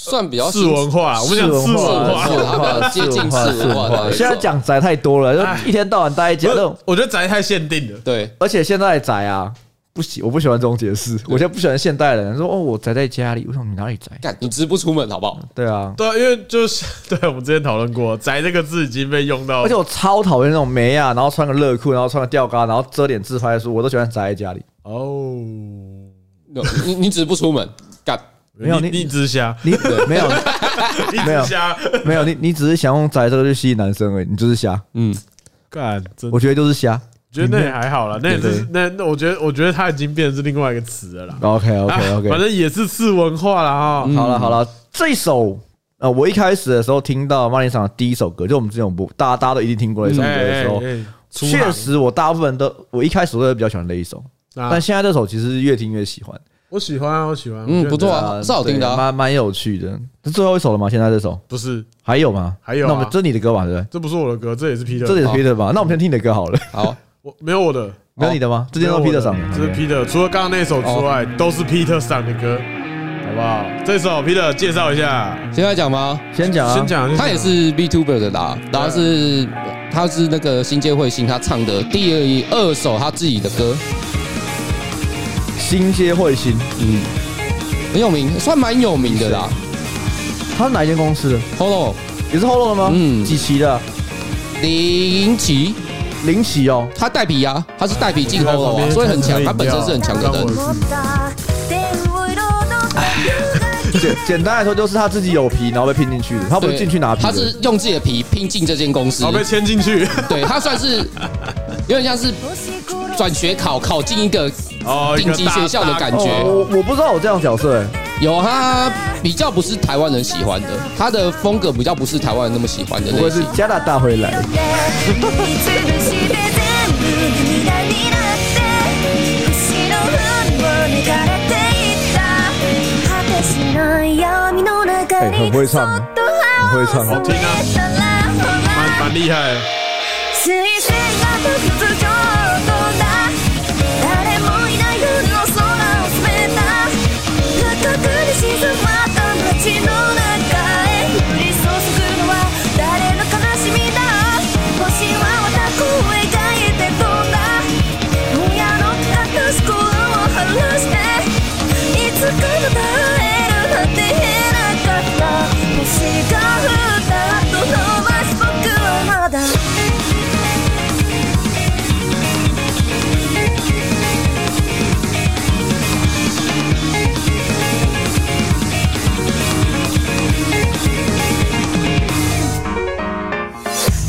算比较是文化，我们讲是文化化。是文化，是 接近是文化的现在讲宅太多了，哎就一天到晚待在家不那是种。我觉得宅太限定了，对，而且现在的宅啊，不喜我不喜欢这种解释，我现在不喜欢现代人说哦，我宅在家里，我想你哪里宅？干你只不出门好不好？对啊，对啊，因为就是 对我们之前讨论过，宅这个字已经被用到，而且我超讨厌那种没啊，然后穿个热裤，然后穿个吊嘎，然后遮脸自拍的书，我都喜欢宅在家里。哦，你你只不出门干，没有你你你只瞎，你没有你没有只瞎，没有你你只是想用宅这个去吸引男生而已，你就是瞎，嗯，干，真的我觉得就是瞎。我觉得那也还好啦，那也对是那那我觉得我觉得它已经变成是另外一个词了啦。 OK 啊 OK OK，嗯反正也是次文化啦啊。好了好了，这首呃，我一开始的时候听到曼联厂的第一首歌，就我们之前有播，大家大家都一定听过的一首歌的时候，哎，出行确，实我大部分都我一开始都会比较喜欢那一首，啊但现在这首其实越听越喜欢，我喜欢啊，我喜欢，我觉嗯得不错啊呃是好听的对啊蛮蛮有趣的。这最后一首了吗？现在这首不是，还有吗？还有啊那我们这是你的歌吧，对不对？这不是我的歌，这也是 Peter，这里是好 Peter 吧？那我们先听你的歌好了，好，我没有我的，没有你的吗？这件都是哦没 Peter 有我上这是的。 Peter，除了刚刚那首之外，都是 Peter 上的歌，好不好？这首 Peter 介绍一下，现在讲吗？先讲啊，先讲，啊他也是 Vtuber 的啦，然后是他是那个新界彗星他唱的第二二首他自己的歌，新街彗星，嗯，很有名，算蛮有名的啦。它是哪一间公司的？ Hello，也是 Holo 的吗？嗯几期的啊？林奇，零期哦。他带皮啊，他是带皮进我在 Hello 旁啊，边所以很强，看着他本身是很强的饮料人。简简单来说，就是他自己有皮，然后被拼进去的。他不是对进去拿皮的，他是用自己的皮拼进这间公司好，哦被牵进 去，对他算是有点像是 转学考考进一个哦，一个顶级大学校的大感哦觉我我不知道有这样的角色哎。有他比较不是台湾人喜欢的，他的风格比较不是台湾人那么喜欢的不会类是型。加拿大回来？哎很会唱，很会唱，好听蛮蛮厉害的。水星が突如飛んだ誰もいない夜の空を滑った深くに沈まった街の中へ降り注ぐのは誰の悲しみだ星はまた声がいて飛んだ今夜の隠し声を話していつかまた会えるなんて言えなかった星が降った後の街僕はまだ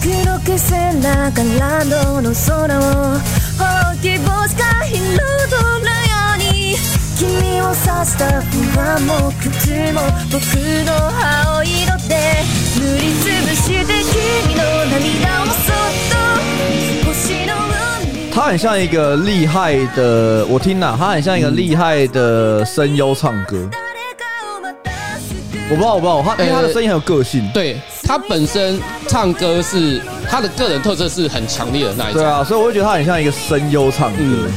黒く背中ランドの空を大きい帽子が彩るように君を刺した不安も靴も僕の青色で塗りつぶして君の涙をそっと星の海に他很像一个厉害的，我听了，他很像一个厉害的声优唱歌。誰かをまた我救う不知道，我不知道，他因为他的声音很有个性。呃对他本身唱歌是他的个人特色是很强烈的那一对种。啊，所以我会觉得他很像一个声优唱歌。嗯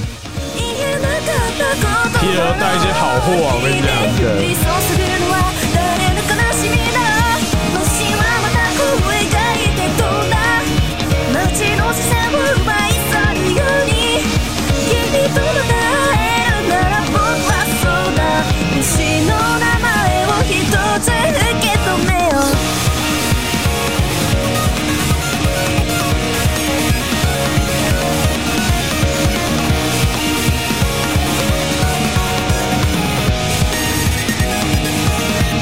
言えなかったこと替儿带一些好货啊我跟你讲降り注ぐのは誰の悲しみだ星はまた声がいて飛んだ街の視線を奪い去るように君とまた会えるなら僕はそうだ星の名前を一つ受け止めよう嗯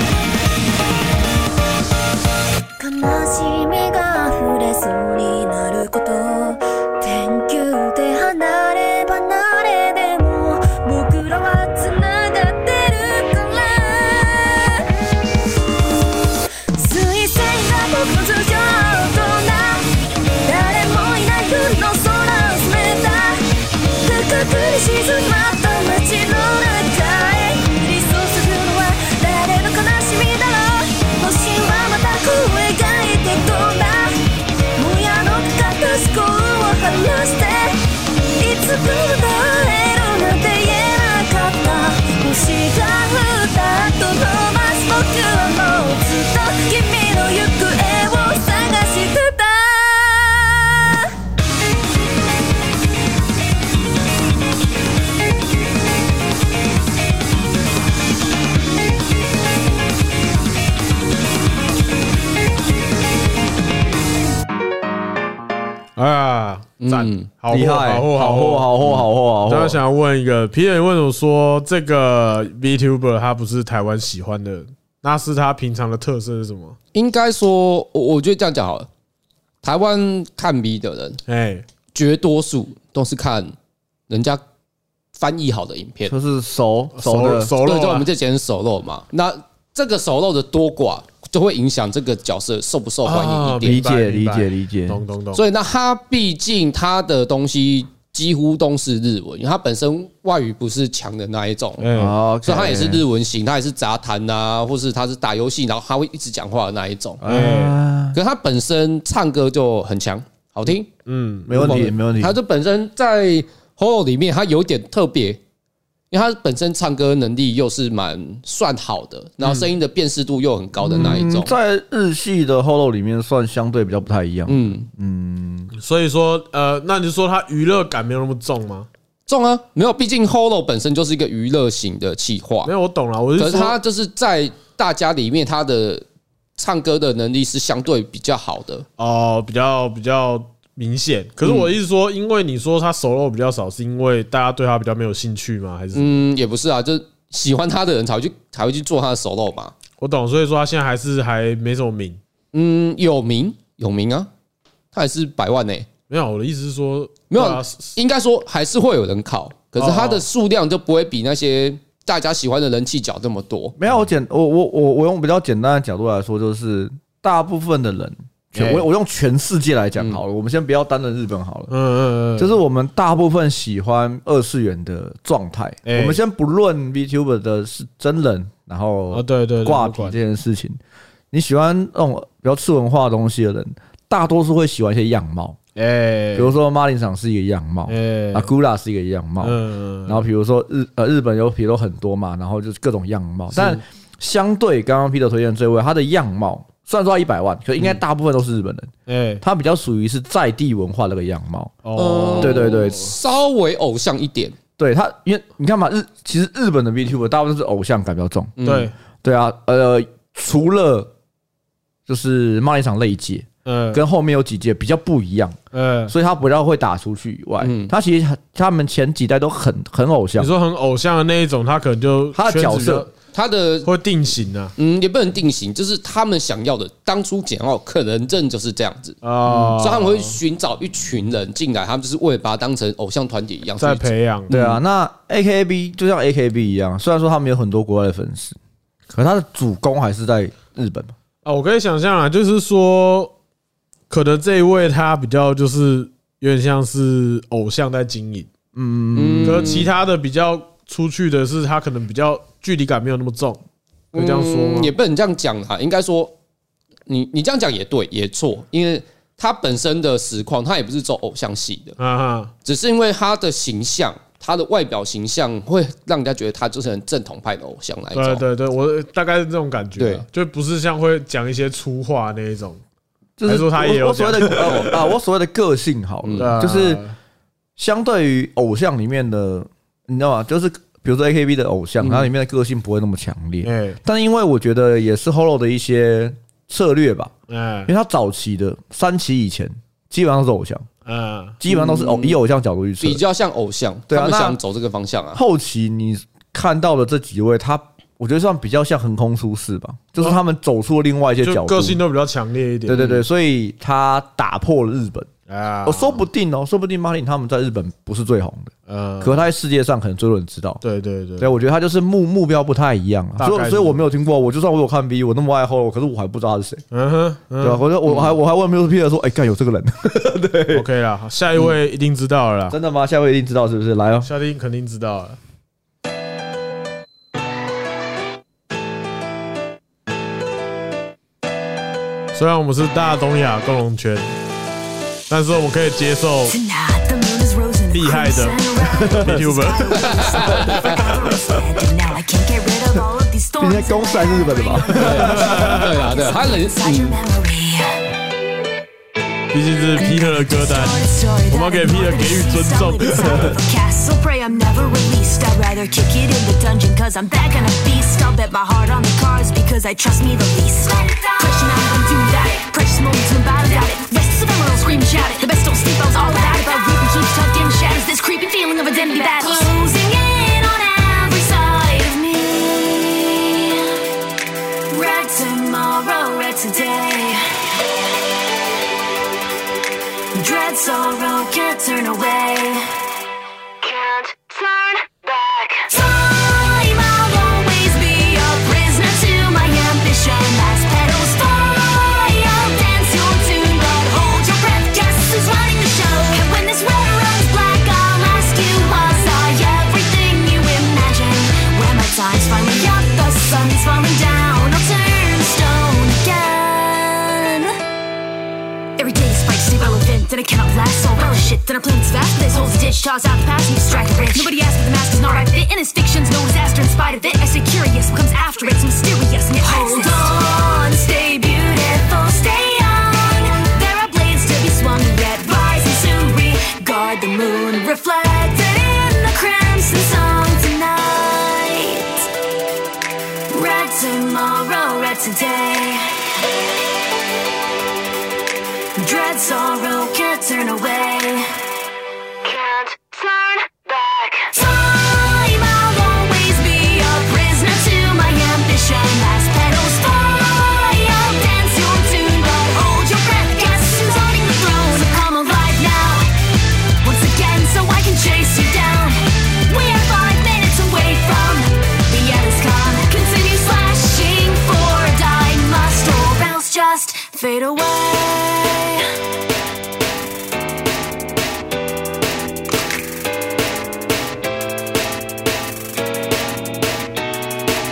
啊，赞嗯，好厉货，害，好货，好货，好货。嗯好货，好货，好货。大家想要问一个，皮人为什么说这个 VTuber 他不是台湾喜欢的？那是他平常的特色是什么？应该说，我我觉得这样讲好了。台湾看 V 的人，哎，绝多数都是看人家翻译好的影片，就是熟熟熟的，熟对，肉就我啊们，这前熟肉嘛。那这个熟肉的多寡，就会影响这个角色受不受欢迎一啊理点。明白解，理明白解，理解。懂懂懂。所以，那他毕竟他的东西几乎都是日文，因为他本身外语不是强的那一种，哎，好，所以他也是日文型，他也是杂谈啊，或是他是打游戏，然后他会一直讲话的那一种。哎，可是他本身唱歌就很强，好听，嗯，没问题，没问题他。这本身在喉咙里面，他有点特别，因为他本身唱歌能力又是蛮算好的，然后声音的辨识度又很高的那一种嗯。在日系的后漏里面算相对比较不太一样。嗯，所以说，呃，那你就说他娱乐感没有那么重吗？中啊，没有，毕竟 Holo 本身就是一个娱乐型的企划没，有，我懂了，我可是是他说，就是在大家里面，他的唱歌的能力是相对比较好的。哦，比较比较明显。可是我的意思说，因为你说他熟肉比较少，是因为大家对他比较没有兴趣吗？还是嗯，也不是啊，就是喜欢他的人才会去才会去做他的手肉嘛。我懂，所以说他现在还是还没什么名。嗯，有名有名啊，他也是百万呢、没有，我的意思是说，没有对啊是应该说还是会有人考，可是它的数量就不会比那些大家喜欢的人气角这么多。没有，我简我我我我用比较简单的角度来说，就是大部分的人，全哎我我用全世界来讲好了，我们先不要单论日本好了。嗯嗯嗯，就是我们大部分喜欢二次元的状态，哎我们先不论 VTuber 的是真人，然啊，后对对，对挂不皮这管件事情，你喜欢那种比较次文化的东西的人，大多数会喜欢一些样貌，哎，比如说啊马林赏是一个样貌，哎，阿古拉是一个样貌，嗯，然后比如说日呃日本有皮都很多嘛，然后就是各种样貌，但相对刚刚 Peter 推荐的这位，他的样貌虽然说一百万，可嗯应该大部分都是日本人，哎，他比较属于是在地文化那个样貌。哦，对对对稍微偶像一点，对他，因为你看嘛，日其实日本的 VTuber 大部分是偶像感比较重，嗯对，对啊，呃，除了就是骂一场类界嗯，跟后面有几届比较不一样，嗯，所以他比较会打出去以外，嗯他其实很他们前几代都很很偶像你，说很偶像的那一种，他可能就他的角圈子比较色它的会定型啊。嗯也不能定型，就是他们想要的，当初简奥可能真的就是这样子，啊，嗯所以他们会寻找一群人进来，他们就是为了把它当成偶像团体一样在去培养。对啊，那 AKB 就像 AKB 一样，虽然说他们有很多国外的粉丝，可他的主攻还是在日本嘛。啊，我可以想象啊，就是说，可能这一位他比较就是有点像是偶像在经营，嗯可是其他的比较出去的是他可能比较距离感没有那么重，可以这样说吗嗯？也不能这样讲啦，应该说你你这样讲也对也错，因为他本身的实况，他也不是走偶像系的，啊哈，只是因为他的形象，他的外表形象会让人家觉得他就是很正统派的偶像来对种。对对，我大概是这种感觉啊，对就不是像会讲一些粗话那一种，就还是是说他也有我我所谓的呃我啊，我所谓的个性好对啊了，就是相对于偶像里面的，你知道吗？就是比如说 AKB 的偶嗯像，它里面的个性不会那么强烈，哎但因为我觉得也是 Holo 的一些策略吧，哎因为他早期的三期以前基本上都是偶像，嗯，基本上都是偶以偶像角度去测比，较像偶像，对啊他们那想走这个方 向啊。后期你看到的这几位，他我觉得算比较像横空出世吧，就是他们走出了另外一些角就度，个性都比较强烈一点。对对对，所以他打破了日本。啊我，说不定哦，说不定马林他们在日本不是最红的，呃，可他在世界上可能最多人知道。对对对嗯对，，我觉得他就是目目标不太一样啊，大概所以是所以我没有听过，我就算我有看 B，我那么爱后，可是我还不知道他是谁，嗯哼，嗯对吧？我就我还我还问 m u s P 说，哎，干有这个人， ，OK 啦，下一位一定知道了啦，真的吗？下位一定知道是不是？来哦，下一位肯定知道了。虽然我们是大东亚共荣圈，但是我们可以接受厉害的 YouTuber。今你天在公公司司还还是日是日本本的的吧吧？ 对啊，对啊，他人嗯，毕竟是 Peter 的歌单。我们要给 Peter 给予尊重。 criminal scream shout it. The best don't sleep, I was all about it. But reaping keeps tucked in shadows. This creeping feeling of identity battles. Closing in on every side of me. Red tomorrow, red today. Dread sorrow can't turn away. Can't turn back. Time, I'll always be a prisoner to my ambition. As petals fly, I'll dance your tune, but hold your breath. Guess who's running the show? And when this road runs black, I'll ask you, was I everything you imagine? When my time's finally up, the sun's falling down, I'll turn stone again. Every day spikes irrelevant, and I cannot last. So I'll relish it, then I plan fast. This whole dish toss out the past and distracted rich. Nobody asked for the mask is not right fit, and his fiction's no disaster in spite of it. I stay curious, what comes after it's mysterious, and it Hold on, stay beautiful, stay young. There are blades to be swung, yet rise and soon regard the moon reflected in the crimson song tonight. Red tomorrow, red today. Dread sorrow can't turn away. Can't turn back. Time, I'll always be a prisoner to my ambition. As petals fly, I'll dance your tune, but hold your breath. Guess who's holding the throne? So come alive now, once again, so I can chase you down. We are five minutes away from the end is come. Continue slashing for a dime, must or else just fade away.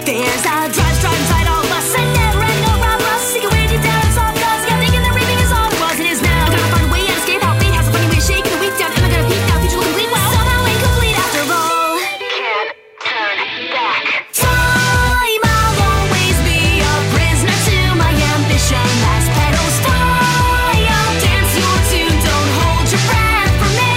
There's a drive, drive inside all of us. I never end no problems. Seek a way deep down inside of us. Yeah, thinking the reaping is all it was. It is now. Gotta find a way out, escape out. Fate has a funny way of shaking the weak down. Am I gonna peek now? Future will complete well. Somehow incomplete after all. Can't turn back. Time, I'll always be a prisoner to my ambition. As petals fly, I'll dance your tune. Don't hold your breath for me.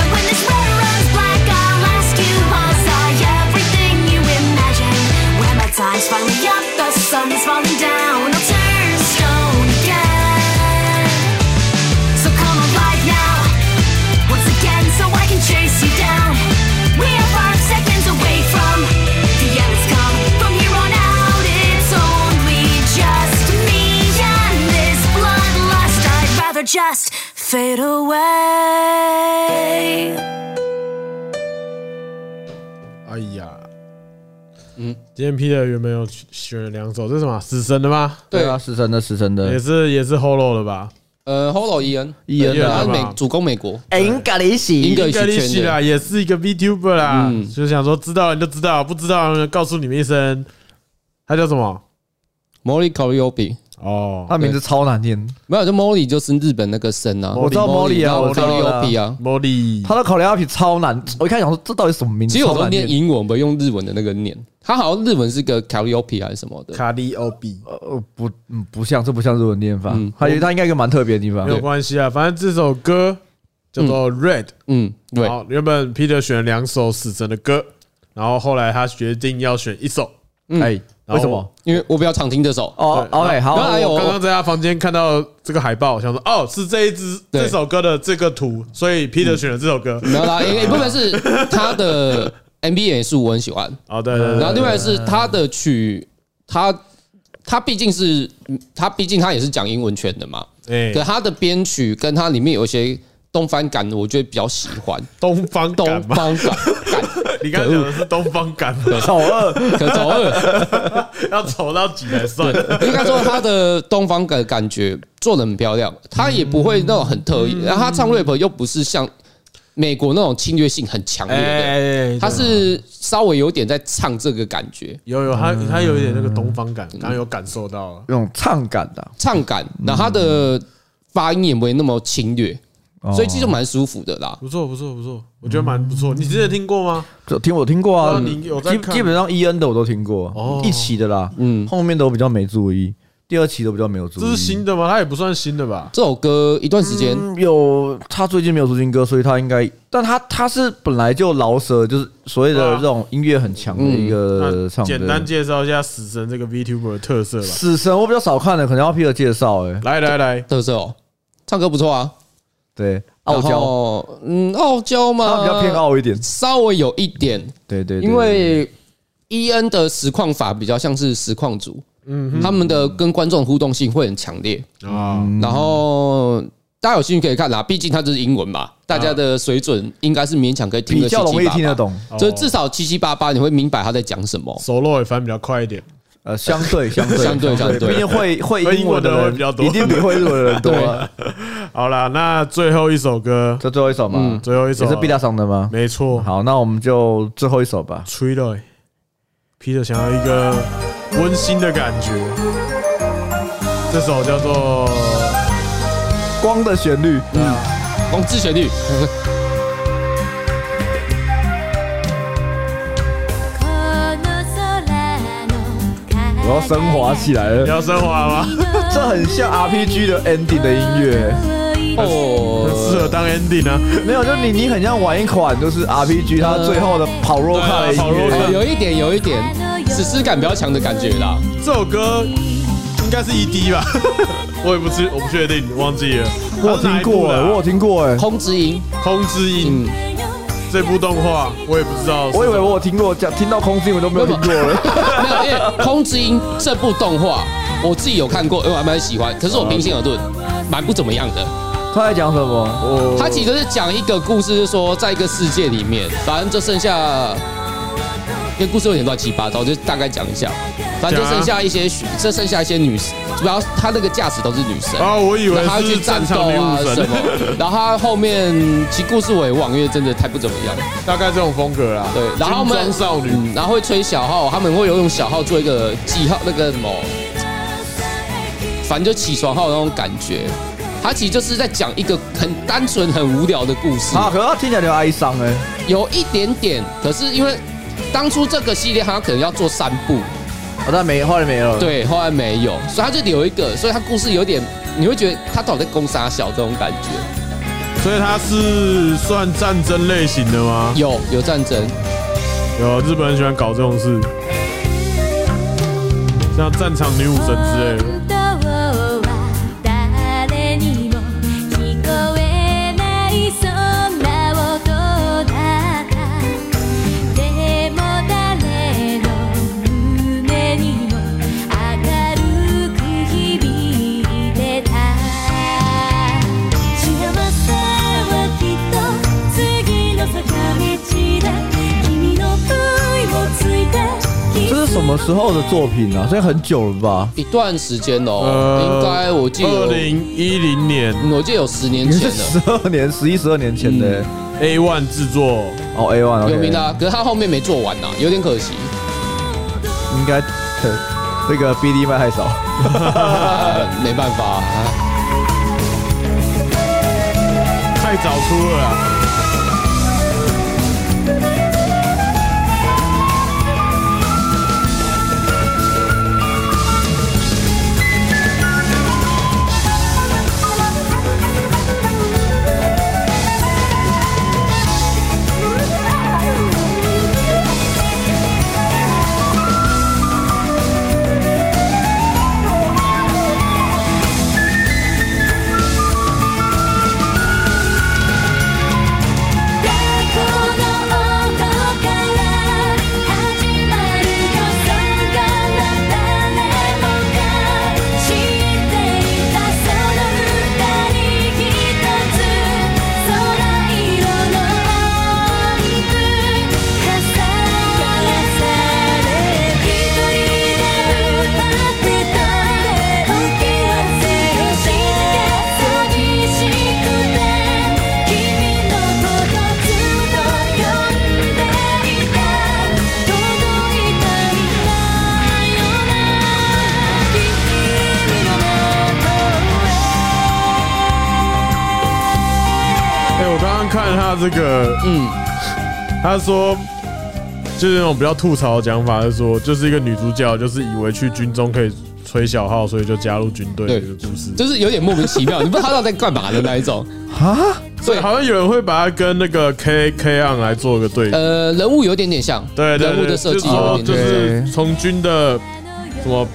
And when this road runs black, I'll ask you, was I everything you imagine? When my time's finally up, the sun is falling down. I'll turn stone again. So come alive now, once again, so I can chase you down. We are five seconds away from the end has come. From here on out, it's only just me and this bloodlust. I'd rather just fade away. 哎呀，嗯，今天 Peter 原本有选了两首，这是什么？死神的吗？对对啊，，死神的死神嗯也的，是也是 Holo 的吧？呃，Hello 伊恩，伊恩对的他啊哎吧美主攻美国，英格里英西，格一里个利斯息圈啦，的，也是一个 VTuber 啦，嗯就想说知道人就知道，不知道呢告诉你们一声。他叫什么？莫里考利欧比，哦他名字超难念，没有，就莫里就是日本那个神啊，我知道 Molly 啊，然后我知考利道欧比啊，啊。茉莉，他的考利亚皮超难，我一开始想说这到底什么嗯名字，其实我超都难念念，英文，不用日文的那个念。他好像日文是个 karaoke 还是什么的。卡利欧比，呃，不，嗯，不像，这不像日文念法嗯，还有他应该有一个蛮特别的地方没，有关系啊，反正这首歌叫做 Red。嗯，对，好，原本 Peter 选了两首死神的歌，然后后来他决定要选一首。哎，为什么？因为我比较常听这首。哦对，OK，好，嗯然后哎还有我刚刚在他房间看到这个海报，想说哦，是这一支对这首歌的这个图，所以 Peter 选了这首歌。没 有啦，一一部分是他的 MV 也是我很喜欢，哦，对对对然后对，另外是他的曲，他他毕竟是他毕竟他也是讲英文圈的嘛，可哎，他的编曲跟他里面有一些东方感，我觉得比较喜欢东方东感嘛，方感，你刚才讲的是东方感吗？丑二，可走二，要丑到几才算？应该说他的东方感感觉做的很漂亮，他也不会那种很特嗯意，然后他唱 rap 又不是像美国那种侵略性很强烈的，哎，他是稍微有点在唱这个感觉，有有，他他有一点那个东方感，刚刚有感受到了。那种唱感啊的，唱感，嗯然后他的发音也没那么侵略，哦所以其实蛮舒服的啦。不错，不错，不错，我觉得蛮不错。嗯你之前听过吗？这听我听过啊，那你有在基看吗基本上伊恩的我都听过，哦一期的啦，嗯，后面的我比较没注意，第二期都比较没有注这意。是新的吗？它也不算新的吧？这首歌一段时间，嗯有他最近没有出新歌，所以他应该，但他他是本来就饶舌，就是所谓对啊的这种音乐很强的一个那呃唱简的。单嗯介绍一下死神这个 VTuber 的特色吧。死神我比较少看的，可能要 Peter 介绍哎。来来来，特色哦，唱歌不错啊，对，傲娇，娇，嗯，傲他娇嘛，比较偏，傲一点，稍微有一点，对对，对因为 E N 的实况法比较像是实况组，嗯，他们的跟观众互动性会很强烈，嗯啊，然后大家有兴趣可以看啦，毕竟它就是英文嘛，大家的水准应该是勉强可以啊听比得较容易听得，懂，哦就是至少七七八八你会明白他在讲什么。熟络也翻比较快一点，呃，相对相对相对相对毕竟会会会英文英文的人人会比较多一定比会日文的人多啊。好啦，那最后一首歌，这最后一首嗯嘛，最后一首嗯也是毕大赏的吗？没错，好，那我们就最后一首吧。吹了欸。Peter 想要一个温馨的感觉，这首叫做光的旋律，嗯光自 旋律，我要升华起来你了。要升华吗？这很像 RPG 的 ending 的音乐，呃哦，很适合当 ending 啊，没有，就你你很像玩一款就是 RPG 它最后的跑肉卡的音对啊跑乐肉。哎有一点，有一点，史诗感比较强的感觉啦。这首歌应该是 ED 吧， 我也不知我不确定，忘记了。我有听过哎，哎，我有听过哎，空之音， 空之音嗯，这部动画我也不知道是什么，我以为我有听过，讲听到空之音我都没有听过了。 没有，因为空之音这部动画我自己有看过，因为我还蛮喜欢，可是我平心而论，蛮不怎么样的。他在讲什么？我它其实是讲一个故事，是说在一个世界里面，反正就剩下，因为故事有点乱七八糟，就大概讲一下。反正就剩下一些许，就剩下一些女，主要她那个驾驶都是女生，啊，我以为然后她要去是战战斗场女啊武什神么，，然后她后面其实故事我也忘，因为真的太不怎么样。 大概这种风格啦。对，然后他军们装少女，嗯然后会吹小号，他们会有用小号做一个记号，那个什么，反正就起床号那种感觉。它其实就是在讲一个很单纯、很无聊的故事。啊，可是他听起来就哀伤哎。有一点点，可是因为当初这个系列它可能要做三部，哦，但没，后来没了。，对，后来没有，所以它就留一个，所以它故事有点，你会觉得它到底在攻杀小这种感觉，所以它是算战争类型的吗？有有战争，有日本人喜欢搞这种事，像战场女武神之类的。 「幸せはきっと次の坂道だ」「君の恋をついた」这是什么时候的作品啊？所以很久了吧？一段时间哦，应该我记得二有，零一零年嗯我记得有十年你前是了。十二年、十一、十二年前的 A One 制作，哦，A One 有名的、啊，可是他后面没做完呐、有点可惜。应该 对那个 BD 卖太少。 呃没办法、啊，太早出了啦。 「この音から始まるよそこの誰もが知っていたその歌にひとつ空色の音符重ねされ」「一人で歌ってた時は静か寂しくて」「君のことずっと呼んでいた」「届いたんだよな君の哎、我刚刚看他这个，嗯，他说就是那种比较吐槽的讲法，就是说就是一个女主角，就是以为去军中可以吹小号，所以就加入军队的对一个故事。就是有点莫名其妙，你不知道他在干嘛的那一种。啊，对，好像有人会把它跟那个 K K on 来做一个对比。呃，人物有点点像，对对人物对，就的设是哦计有说点就点像。是从军的什么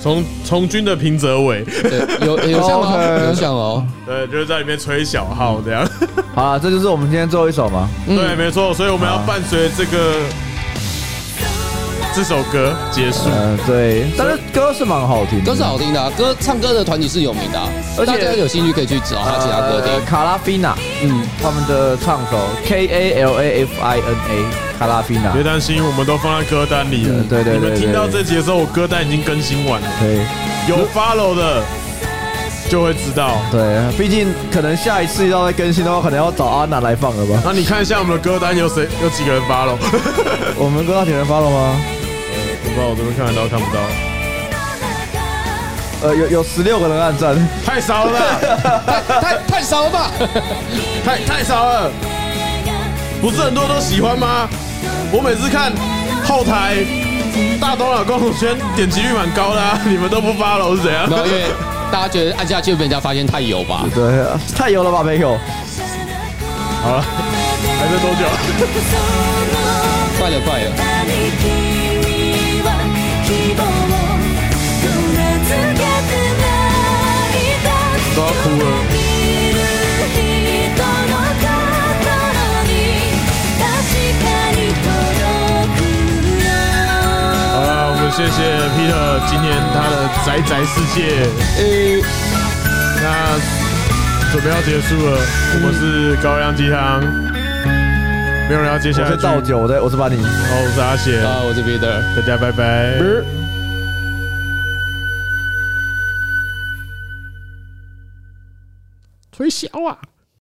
从从军的平泽伟，对，有有像吗？ OK 有像哦，对，就是在里面吹小号这样。好了，这就是我们今天最后一首嘛。嗯对，没错，所以我们要伴随这个这首歌结束。嗯，对，但是歌是蛮好听的，歌是好听的、啊，歌唱歌的团体是有名的、啊，而且大家有兴趣可以去找他其他歌呃听。卡拉菲娜，嗯，他们的唱手 K A L A F I N A，卡拉菲娜别。担心，我们都放在歌单里了。嗯对对对你们听到对这集的时候，我歌单已经更新完了。对有 follow 的就会知道。对，毕竟可能下一次要再更新的话，可能要找阿娜来放了吧？那你看一下我们的歌单有谁有几个人 follow？我们歌到铁人发了吗？我不知道我这边看得到看不到，呃，有有十六个人按赞，太少了，太太少了吧？太太少了。不是很多都喜欢吗？我每次看后台大东老公圈点击率蛮高的、啊，你们都不 follow 是怎样 没？有，因为 大家觉得按下去被人家发现太油吧？对，太油了吧，朋友。好了，还剩多久？快了，快了。都要哭了。好了，我们谢谢 Peter 今天他的宅宅世界，那准备要结束了，我们是高粱鸡汤，没有人要接下我来是倒酒，酒，我在我是把你。好，我是阿贤，啊，我这边的。大家拜拜。吹箫啊！